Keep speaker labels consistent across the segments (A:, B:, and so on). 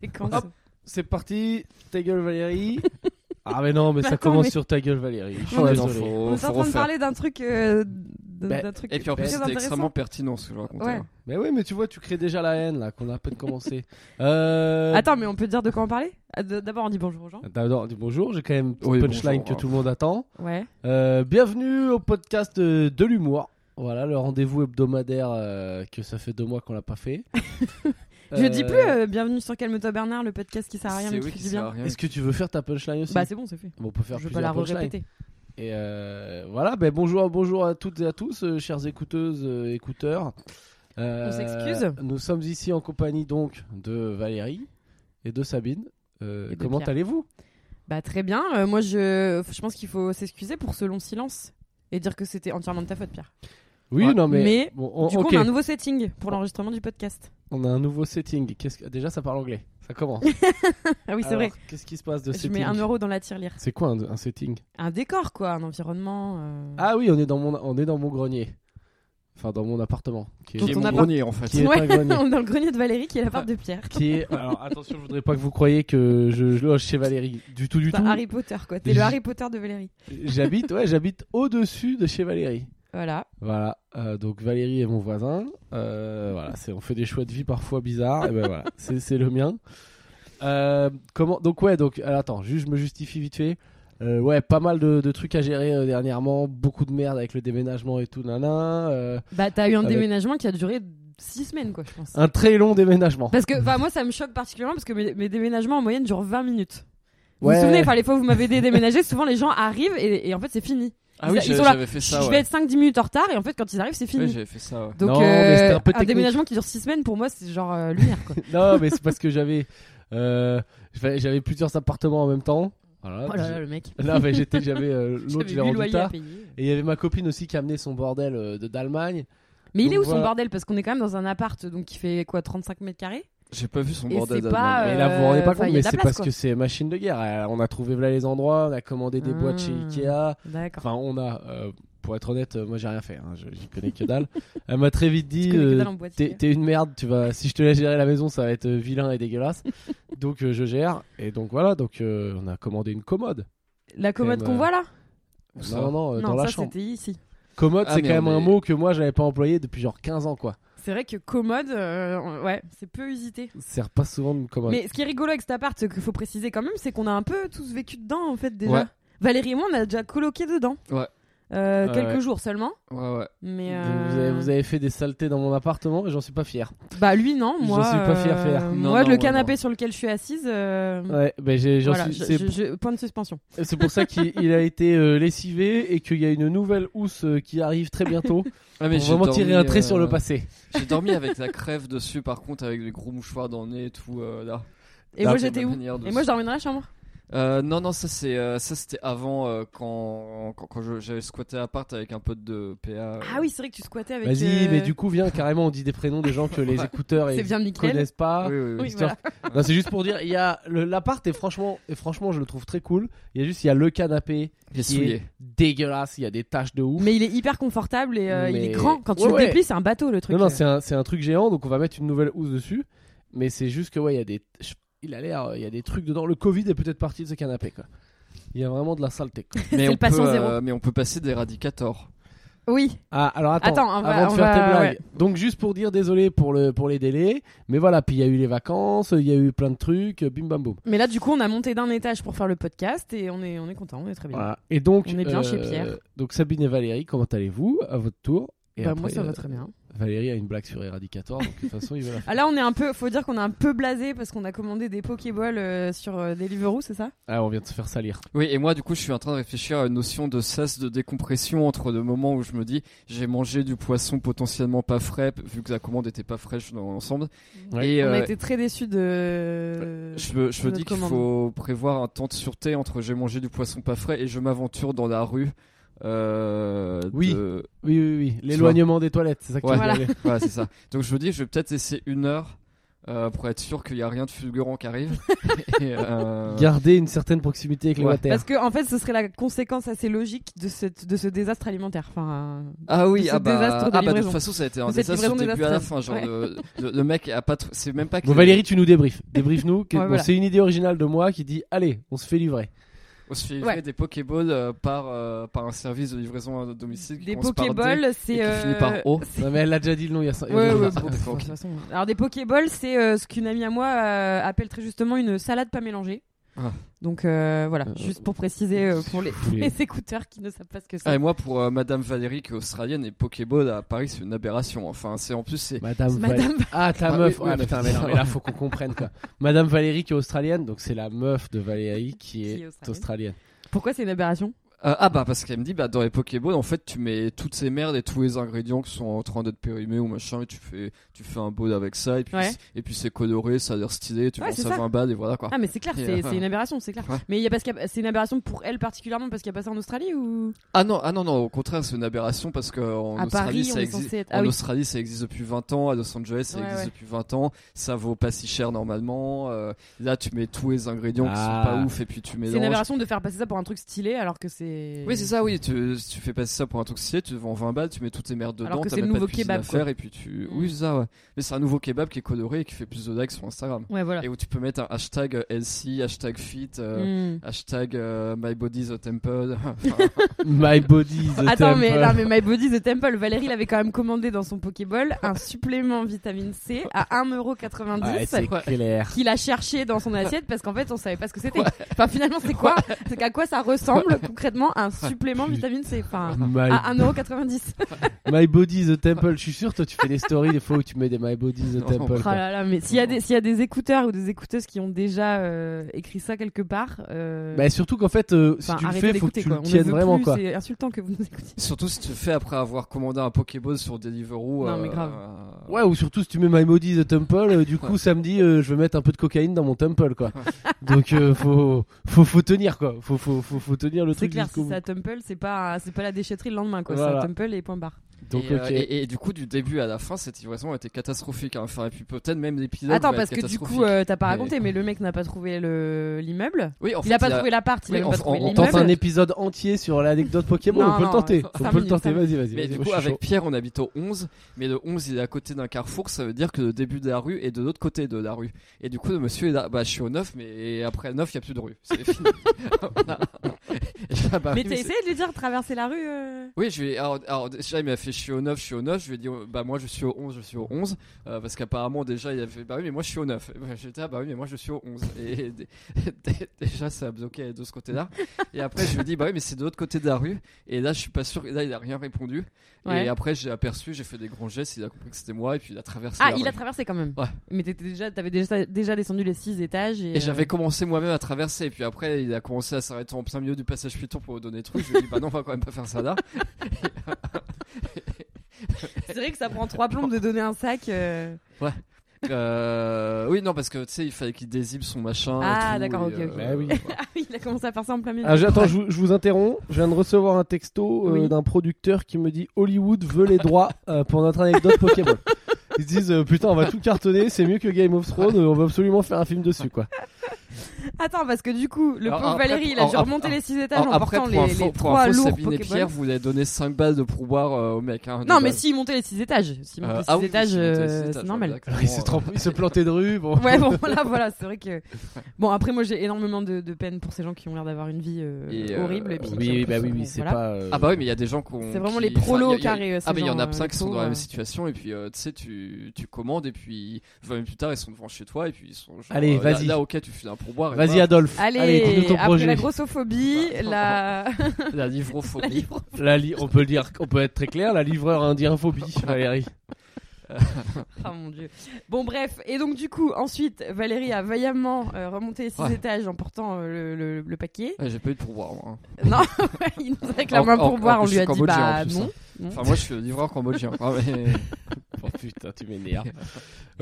A: C'est con,
B: Hop.
A: ça.
B: C'est parti, ta gueule Valérie. ah mais non, mais ça
A: Bah Attends,
B: commence
A: mais-
B: sur ta gueule Valérie. Je suis
A: Ouais,
B: désolé.
A: On est en train de parler d'un truc. euh, d'un
B: Bah,
A: d'un truc
C: Et puis en plus,
A: très
C: c'était
A: intéressant.
C: extrêmement pertinent ce que je racontais.
A: Ouais.
C: hein.
B: Mais oui, mais tu vois, tu crées déjà la haine là, qu'on a à peine commencé. Euh...
A: Attends, mais on peut dire de quoi on parlait Ah, de- D'abord, on dit bonjour aux gens.
B: D'abord, dis bonjour, j'ai quand même une petite
C: Oui,
B: punchline
A: hein.
C: bonjour.
B: que tout le monde attend.
A: Ouais.
B: Euh, bienvenue au podcast euh, de l'humour. Voilà, le rendez-vous hebdomadaire euh, que ça fait deux mois qu'on l'a pas fait.
A: Je
B: Euh,
A: dis plus euh, bienvenue sur Calme-toi Bernard, le podcast qui sert à rien,
C: C'est
A: mais qui
C: oui
A: fait
C: qui
A: du
C: sert à
A: bien.
C: rien.
B: Est-ce que tu veux faire ta punchline aussi
A: Bah, c'est bon, c'est fait.
B: Bon, On peut faire
A: Je vais pas
B: plusieurs
A: la
B: punchlines.
A: répéter.
B: Et euh, voilà, ben bonjour, bonjour à toutes et à tous, euh, chères écouteuses, euh, écouteurs. Euh,
A: On s'excuse.
B: Nous sommes ici en compagnie donc de Valérie et de Sabine. Euh,
A: Et de
B: comment
A: Pierre.
B: allez-vous
A: Bah, très bien. Euh, moi, je, je pense qu'il faut s'excuser pour ce long silence et dire que c'était entièrement de ta faute, Pierre.
B: Oui,
C: Ouais.
B: non mais,
A: Mais,
B: bon, on,
A: du coup,
B: Oh, ok,
A: on a un nouveau setting pour l'enregistrement du podcast.
B: on a un nouveau setting. Qu'est-ce que- Déjà, ça parle anglais. Ça commence.
A: Ah oui, c'est
B: Alors,
A: vrai.
B: Qu'est-ce qui se passe de
A: Je
B: setting
A: mets un euro dans la tirelire.
B: C'est quoi un, un setting
A: Un décor, quoi, un environnement. euh,
B: Ah oui, on est dans mon, on est dans mon grenier. Enfin, dans mon appartement. Qui est,
C: Qui est
A: ton
C: mon
A: appart-
C: grenier en fait.
B: qui est
A: Ouais.
B: un grenier.
A: dans le grenier de Valérie qui est la part de Pierre.
B: qui est- Alors attention, je voudrais pas que vous croyiez que je, je loge chez Valérie. Du tout, du
A: Enfin,
B: tout.
A: Bah, Harry Potter, quoi. T'es
B: J-
A: le Harry Potter de Valérie.
B: J'habite, ouais, j'habite au-dessus de chez Valérie.
A: Voilà.
B: Voilà, euh, donc Valérie est mon voisin. Euh, voilà, c'est, on fait des choix de vie parfois bizarres. et ben voilà, c'est, c'est le mien. Euh, comment Donc ouais, donc alors, attends, juste je me justifie vite fait. Euh, ouais, pas mal de, de trucs à gérer euh, dernièrement, beaucoup de merde avec le déménagement et tout, nana. euh,
A: Bah, t'as eu un
B: Avec-
A: déménagement qui a duré six semaines, quoi, je pense.
B: un très long déménagement.
A: Parce que, enfin, moi, ça me choque particulièrement parce que mes, mes déménagements en moyenne durent 20 minutes. Vous
B: Ouais.
A: vous souvenez, enfin, les fois où vous m'avez aidé à déménager, souvent les gens arrivent et, et en fait, c'est fini.
C: Ah
A: Ils-
C: oui,
A: ils
C: j'avais
A: sont là.
C: j'avais fait ça.
A: je
C: ouais.
A: vais être 5-10 minutes en retard et en fait, quand ils arrivent, c'est
C: Ouais,
A: fini.
C: j'avais fait ça. ouais.
A: Donc, euh,
B: Non, mais c'était un peu technique.
A: déménagement qui dure 6 semaines, pour moi, c'est genre euh, lunaire, quoi.
B: non, mais c'est parce que j'avais, euh, j'avais j'avais plusieurs appartements en même temps. Voilà.
A: Oh là là, le mec.
B: Je- Là, mais j'étais, j'avais euh, Ah,
A: J'avais
B: l'autre, je
A: huit
B: l'ai rendu
A: loyers
B: tard.
A: à payer.
B: Et il y avait ma copine aussi qui a amené son bordel euh, de d'Allemagne.
A: Mais il est
B: Donc
A: où son
B: voilà.
A: bordel Parce qu'on est quand même dans un appart donc qui fait quoi 35 mètres carrés
C: J'ai pas vu son
A: Et
C: bordel
A: c'est pas, euh,
C: d'Allemagne.
B: Et là, vous vous rendez pas
A: enfin, y a
B: compte, mais
A: de la
B: c'est
A: place,
B: parce
A: quoi.
B: que c'est machine de guerre. Euh, On a trouvé là les endroits, on a commandé des
A: Ah.
B: boîtes chez Ikea.
A: D'accord.
B: Enfin, on a, euh, pour être honnête, euh, moi j'ai rien fait, hein, je- j'y connais que dalle. Elle m'a très vite
A: Tu
B: dit
A: connais que
B: euh,
A: dalle en boîte,
B: T'es
A: Ikea.
B: t'es une merde, tu vas, si je te laisse gérer la maison, ça va être euh, vilain et dégueulasse. donc euh, je gère. Et donc voilà, donc euh, on a commandé une commode.
A: La commode
B: Même,
A: qu'on
B: euh,
A: voit là
C: Où ça
B: Non, non, euh,
A: Non,
B: dans la
A: ça
B: chambre.
A: c'était ici.
B: Commode,
C: Ah,
B: c'est
C: mais
B: quand même
C: on
B: un
C: est-
B: mot que moi j'avais pas employé depuis genre 15 ans quoi.
A: C'est vrai que commode, euh, ouais, c'est peu usité.
B: Ça sert pas souvent de commode.
A: Mais ce qui est rigolo avec cet appart, ce qu'il faut préciser quand même, c'est qu'on a un peu tous vécu dedans en fait déjà.
C: Ouais.
A: Valérie et moi, on a déjà coloqué dedans.
C: Ouais.
A: Euh,
B: Ouais,
A: quelques
B: ouais.
A: jours seulement.
C: Ouais, ouais.
A: Mais
B: Donc,
A: euh,
B: vous, avez, vous avez fait des saletés dans mon appartement et j'en suis pas fier.
A: bah lui non,
B: J'en
A: moi.
B: suis pas fier,
A: euh,
B: fier.
C: Non,
A: moi,
C: non,
A: le
C: moi,
A: canapé sur lequel je suis assise. euh,
B: Ouais, ben j'ai- j'en
A: voilà,
B: suis-
A: je-
B: c'est-
A: je- je- point de suspension.
B: C'est pour ça qu'il il a été euh, lessivé et qu'il y a une nouvelle housse euh, qui arrive très bientôt
C: Ah,
B: pour
C: mais j'ai
B: vraiment tirer
C: dormi,
B: un trait sur
C: euh,
B: le passé.
C: J'ai dormi avec la crève dessus, par contre, avec des gros mouchoirs dans le nez et tout. euh, là.
A: Et
B: Ah,
A: moi
B: c'est
A: j'étais où Et moi je dormais dans la chambre.
C: Euh, non, non, ça c'est euh, ça c'était avant euh, quand quand, quand je- j'avais squatté à appart avec un pote de PA. euh,
A: Ah oui, c'est vrai que tu squattais avec.
B: Vas-y,
A: euh,
B: mais du coup, viens carrément, on dit des prénoms des gens que les
C: Ouais.
B: écouteurs
A: C'est
B: et
A: bien nickel.
B: connaissent pas.
C: Ah oui, oui, oui.
A: Oui,
B: histoire.
A: voilà.
B: Non, c'est juste pour dire, il y a le- l'appart est franchement, et franchement, je le trouve très cool. Il y a juste, il y a le canapé
C: Il est
B: qui
C: souillé.
B: est dégueulasse, il y a des taches de ouf.
A: Mais il est hyper confortable et euh, il est
B: Mais-
A: grand. Quand tu
B: Ouais,
A: le
B: ouais.
A: déplies, c'est un bateau le truc.
B: non, non, c'est un, c'est un truc géant, donc on va mettre une nouvelle housse dessus. Mais c'est juste que ouais, il y a des, je- il a l'air, euh, il y a des trucs dedans. Le Covid est peut-être parti de ce canapé quoi. Il y a vraiment de la saleté. quoi.
A: C'est
C: mais
A: le
C: on
A: patient
C: peut euh,
A: zéro.
C: mais on peut passer des radicators.
A: Oui.
B: Ah, alors attends,
A: Attends, on va- on
B: avant de faire
A: va-
B: tes blagues. Donc juste pour dire désolé pour le pour les délais, mais voilà, puis il y a eu les vacances, il y a eu plein de trucs, bim bam boum.
A: Mais là, du coup, on a monté d'un étage pour faire le podcast et on est, on est content, on est très bien.
B: Voilà. Et donc euh,
A: On est bien chez Pierre.
B: Donc Sabine et Valérie, comment allez-vous à votre tour et
A: Bah,
B: après,
A: moi, ça va
B: euh,
A: très bien.
B: Valérie a une blague sur Eradicator, donc de toute façon, il va la faire.
A: Ah, là, on est un peu, faut dire qu'on est un peu blasé parce qu'on a commandé des Pokéballs euh, sur euh, Deliveroo, c'est ça
B: Ah, on vient de se faire salir.
C: Oui, et moi, du coup, je suis en train de réfléchir à une notion de sas de décompression entre le moment où je me dis j'ai mangé du poisson potentiellement pas frais, p- vu que la commande était pas fraîche dans l'ensemble.
B: Ouais.
C: Et
A: On a
C: euh,
A: été très déçus de.
C: je me, je me
A: notre
C: dis qu'il
A: commande.
C: faut prévoir un temps de sûreté entre j'ai mangé du poisson pas frais et je m'aventure dans la rue. euh,
B: Oui.
C: de-
B: Oui, oui, oui. L'éloignement des toilettes, c'est ça que
C: Ouais.
B: tu veux
A: Voilà.
B: dire.
C: Voilà, c'est ça. Donc je me dis, je vais peut-être laisser une heure euh, pour être sûr qu'il n'y a rien de fulgurant qui arrive. Et, euh,
B: Garder une certaine proximité avec le
C: Ouais.
B: water.
A: Parce que en fait, ce serait la conséquence assez logique de, cette, de ce désastre alimentaire. Enfin, euh,
C: Ah oui,
A: de ce
C: ah bah,
A: désastre de
C: ah bah, de
A: livraison.
C: toute façon ça a été un
A: De cette
C: désastre du
A: livraison
C: début à la
A: désastreuse.
C: fin. Genre
A: Ouais.
C: le, le- le mec a pas, tr- c'est même pas que
B: Bon Valérie, tu nous débriefes. Débriefe-nous. que-
A: Ouais,
B: bon,
A: voilà.
B: C'est une idée originale de moi qui dit allez, on se fait livrer.
C: on se fait livrer
A: Ouais.
C: des Pokéballs euh, par euh, par un service de livraison euh, à domicile. qui
A: des
C: commence par D.
A: Pokéballs,
C: et
A: c'est.
C: qui
A: euh,
C: finit par O.
A: c'est-
B: Non mais elle l'a déjà dit le nom il y a 5
A: Ouais, ouais,
C: bon,
A: bon, pff, de
C: ok.
A: toute façon. Alors, des Pokéballs, c'est euh, ce qu'une amie à moi euh, appelle très justement une salade pas mélangée.
C: Ah.
A: Donc, euh, voilà,
B: Euh,
A: juste pour préciser euh, pour les, les écouteurs qui ne savent pas ce que
C: Ah,
A: c'est.
C: et moi pour euh, Madame Valérie qui est australienne et Pokéball à Paris c'est une aberration. Enfin c'est en plus c'est
B: Madame, Valérie.
A: Madame,
B: Ah, ta
C: Ah,
B: meuf.
C: oui, oui,
B: Ah,
C: mais
B: putain, mais,
C: putain.
B: non, mais là, faut qu'on comprenne quoi. Madame Valérie qui est australienne, donc c'est la meuf de Valérie
A: Qui
B: qui est,
A: est australienne.
B: australienne.
A: pourquoi c'est une aberration
C: Euh, ah bah parce qu'elle me dit bah dans les Pokéballs en fait tu mets toutes ces merdes et tous les ingrédients qui sont en train d'être périmés ou machin et tu fais tu fais un bol avec ça et puis
A: Ouais.
C: et puis c'est coloré ça a l'air stylé tu
A: Ouais,
C: vends
A: c'est
C: ça
A: ça.
C: 20 balles et voilà quoi.
A: Ah, mais c'est clair,
C: Et,
A: c'est
C: euh,
A: c'est une aberration, c'est clair.
C: Ouais.
A: Mais il y a parce qu'il y a- c'est une aberration pour elle particulièrement parce qu'il y a passé en Australie ou
C: Ah non, ah non, non, au contraire, c'est une aberration parce que en
A: À
C: Australie,
A: Paris, on
C: ça
A: est
C: existe.
A: censé être-
C: en
A: ah oui.
C: Australie, ça existe depuis 20 ans. À Los Angeles, ça
A: Ouais,
C: existe
A: ouais.
C: depuis 20 ans. Ça vaut pas si cher normalement. Euh, là, tu mets tous les ingrédients qui
B: Ah.
C: sont pas ouf et puis tu
A: C'est une
C: mélanges.
A: aberration de faire passer ça pour un truc stylé alors que c'est.
C: Oui, c'est ça, oui. Tu, tu fais passer ça pour un truc stylé, tu vends 20 balles, tu mets toutes tes merdes
A: Alors
C: dedans,
A: que
C: t'as
A: c'est
C: même
A: le
C: pas de
A: nouveau
C: cuisine
A: kebab,
C: à
A: quoi.
C: faire et puis tu.
A: Mm.
C: Oui, c'est ça, ouais. Mais c'est un nouveau kebab qui est coloré et qui fait plus de likes sur Instagram.
A: Ouais, voilà.
C: Et où tu peux mettre un hashtag euh, healthy, hashtag fit, euh,
A: Mm.
C: hashtag euh, my body the temple.
B: My body. The
A: Attends, mais,
B: temple.
A: non, mais My Body the Temple, Valérie l'avait quand même commandé dans son Pokéball un supplément vitamine C à 1,90€.
B: Ouais, c'est
C: Ouais.
B: clair.
A: qu'il a cherché dans son assiette parce qu'en fait on savait pas ce que c'était. Enfin finalement c'est quoi C'est À quoi ça ressemble concrètement un supplément
B: Putain.
A: vitamine C Enfin
B: My,
A: à 1,90€. ah.
B: my body the temple. Je suis sûr, toi, tu fais des stories des fois où tu mets des my body the
C: Non.
B: temple.
A: Oh
B: quoi.
A: là là, mais s'il y, a des- s'il y a des écouteurs ou des écouteuses qui ont déjà euh, écrit ça quelque part, euh,
B: Bah surtout qu'en fait, euh, si
A: enfin,
B: tu le
A: arrêtez
B: fais, faut que
A: d'écouter
B: tu
A: quoi.
B: le
A: On ne
B: tiennes
A: veut
B: vraiment
A: plus,
B: quoi.
A: C'est insultant que vous nous écoutez.
C: Surtout si tu le fais après avoir commandé un Pokéball sur Deliveroo.
A: Non, mais
C: euh,
A: grave.
C: euh,
B: Ouais, ou surtout si tu mets My Body the Temple, euh, du coup samedi euh, je vais mettre un peu de cocaïne dans mon temple quoi. Donc euh, faut, faut faut tenir quoi, faut faut faut, faut tenir le
A: C'est
B: truc
A: clair,
B: jusqu'au
A: si
B: bout.
A: c'est à Temple, c'est pas, un- c'est pas la déchetterie le lendemain quoi.
B: Voilà.
A: C'est à Temple et point barre.
B: Donc
C: et, euh,
B: ok.
C: et- et du coup, du début à la fin, cette livraison était catastrophique. Hein. Enfin, et puis peut-être même l'épisode.
A: Attends,
C: va
A: parce
C: être
A: que du coup
C: catastrophique.
A: euh, t'as pas
C: Mais-
A: raconté, mais le mec n'a pas trouvé le- l'immeuble.
C: oui, en
A: euh, Il
C: fait,
A: a pas trouvé l'appart, il
C: Oui,
A: a même
C: on-
A: pas
C: on-
A: trouvé
C: on
B: on
A: l'immeuble.
B: tente un épisode entier sur l'anecdote Pokémon,
A: Non,
B: on peut le
A: non,
B: tenter,
A: cinq
B: on peut le
A: minutes,
B: tenter,
A: cinq
B: vas-y vas-y.
C: Mais
B: vas-y,
C: du
B: moi,
C: coup,
B: je suis
C: avec
B: chaud.
C: Pierre, on habite au 11, mais le 11 il est à côté d'un carrefour, ça veut dire que le début de la rue est de l'autre côté de la rue. Et du coup, le monsieur est là, bah je suis au 9, mais après le 9, il n'y a plus de rue. C'est fini. Et je dis, ah, bah
A: Mais
C: oui,
A: t'as
C: c'est-
A: essayé de lui dire de traverser la rue euh
C: Oui, je lui ai- alors, alors, déjà, il m'a fait je suis au 9, je suis au 9. Je lui ai dit, bah, moi, je suis au 11, je suis au 11. euh, parce qu'apparemment, déjà, il a fait, bah oui, mais moi, je suis au 9. Et bah, J'étais, ah, bah oui, mais moi, je suis au 11. Et, dé- dé- déjà, ça a bloqué de ce côté-là. Et après, je lui ai dit, bah oui, mais c'est de l'autre côté de la rue. Et là, je suis pas sûr. Et là, il a rien répondu.
A: Ouais.
C: Et après, j'ai aperçu, j'ai fait des grands gestes. Il a compris que c'était moi. Et puis, il a traversé.
A: Ah,
C: la
A: il
C: rue.
A: a traversé quand même.
C: Ouais.
A: Mais t'étais déjà, t'avais déjà, déjà descendu les 6 étages. Et,
C: Et j'avais
A: euh,
C: commencé moi-même à traverser. Et puis après, il a commencé à s'arrêter en plein milieu du passage piéton pour me donner des trucs. Je lui ai dit, bah non, on va quand même pas faire ça là.
A: C'est vrai que ça prend trois plombes de donner un sac. euh.
C: Euh, oui, non, parce que tu sais, il fallait qu'il dézibe son machin. et
A: Ah,
C: tout,
A: d'accord,
C: et, euh,
A: ok, ok.
B: Bah oui.
A: Ah oui, il a commencé à faire ça en plein milieu.
B: Ah, je- attends, je, vous- je vous interromps. Je viens de recevoir un texto euh,
A: Oui.
B: d'un producteur qui me dit Hollywood veut les droits euh, pour notre anecdote Pokémon. Ils se disent euh, putain, on va tout cartonner, c'est mieux que Game of Thrones, euh, on va absolument faire un film dessus quoi.
A: Attends, parce que du coup, le
C: Alors,
A: pauvre
C: après,
A: Valérie, il a dû
C: alors,
A: remonter
C: après,
A: les 6 étages
C: Alors,
A: en
C: après,
A: portant
C: pour
A: Ah, les,
C: info,
A: les
C: pour
A: trois
C: info,
A: lourds
C: Sabine et Pierre
A: Pokéballs.
C: voulaient donner 5 balles de pourboire euh, au mec. Hein, de
A: Non, mais
C: base.
A: s'il montait les 6 étages, s'il montait
C: Euh,
A: les 6
C: ah oui,
A: étages,
C: oui,
A: euh,
C: monter les six
A: c'est
C: étages,
A: normal.
C: ouais, d'accord.
B: il s'est trompé- il se plantait de rue, bon.
A: Ouais, bon, voilà, voilà, c'est vrai que. Bon, après, moi, j'ai énormément de, de peine pour ces gens qui ont l'air d'avoir une vie euh,
C: Et, euh,
A: horrible. Et puis, qui, en
B: Oui,
A: plus,
B: bah oui,
A: bon,
B: oui, c'est
A: voilà.
B: pas. euh,
C: Ah bah oui, mais il y a des gens qui ont-
A: C'est vraiment
C: qui-
A: les prolos
C: enfin, il y a- il y a-
A: carrés, euh, ces
C: Ah, mais il y en a
A: gens,
C: plein
A: euh,
C: qui sont dans
A: pauvres.
C: la même situation. Et puis, euh, tu sais, tu, tu commandes. Et puis, 20 minutes plus tard, ils sont devant chez toi. Et puis, ils sont genre,
B: Allez,
C: euh, là-
B: vas-y.
C: Là, ok, tu files un pourboire. et
B: Vas-y,
C: voilà,
B: Adolphe.
A: Allez,
B: dis-nous ton
A: après
B: projet.
A: la grossophobie, la.
C: la livrophobie.
A: livre-
B: La li- on peut le dire, on peut être très clair, la livreur indien phobie, Valérie.
A: Ah mon dieu. Bon bref, et donc du coup, ensuite, Valérie a vaillamment euh, remonté les six
C: Ouais.
A: étages en portant euh, le, le- le paquet.
C: Ouais, J'ai pas eu de pourboire. moi, hein.
A: non, il nous a clairement
C: En- en-
A: pour boire,
C: en
A: on
C: plus,
A: lui a
C: je
A: dit
C: suis cambodgien, en
A: bah
C: plus, hein.
A: non. non.
C: Enfin, moi, je suis le livreur cambodgien. Ah, mais-
B: Oh putain, tu m'énerves.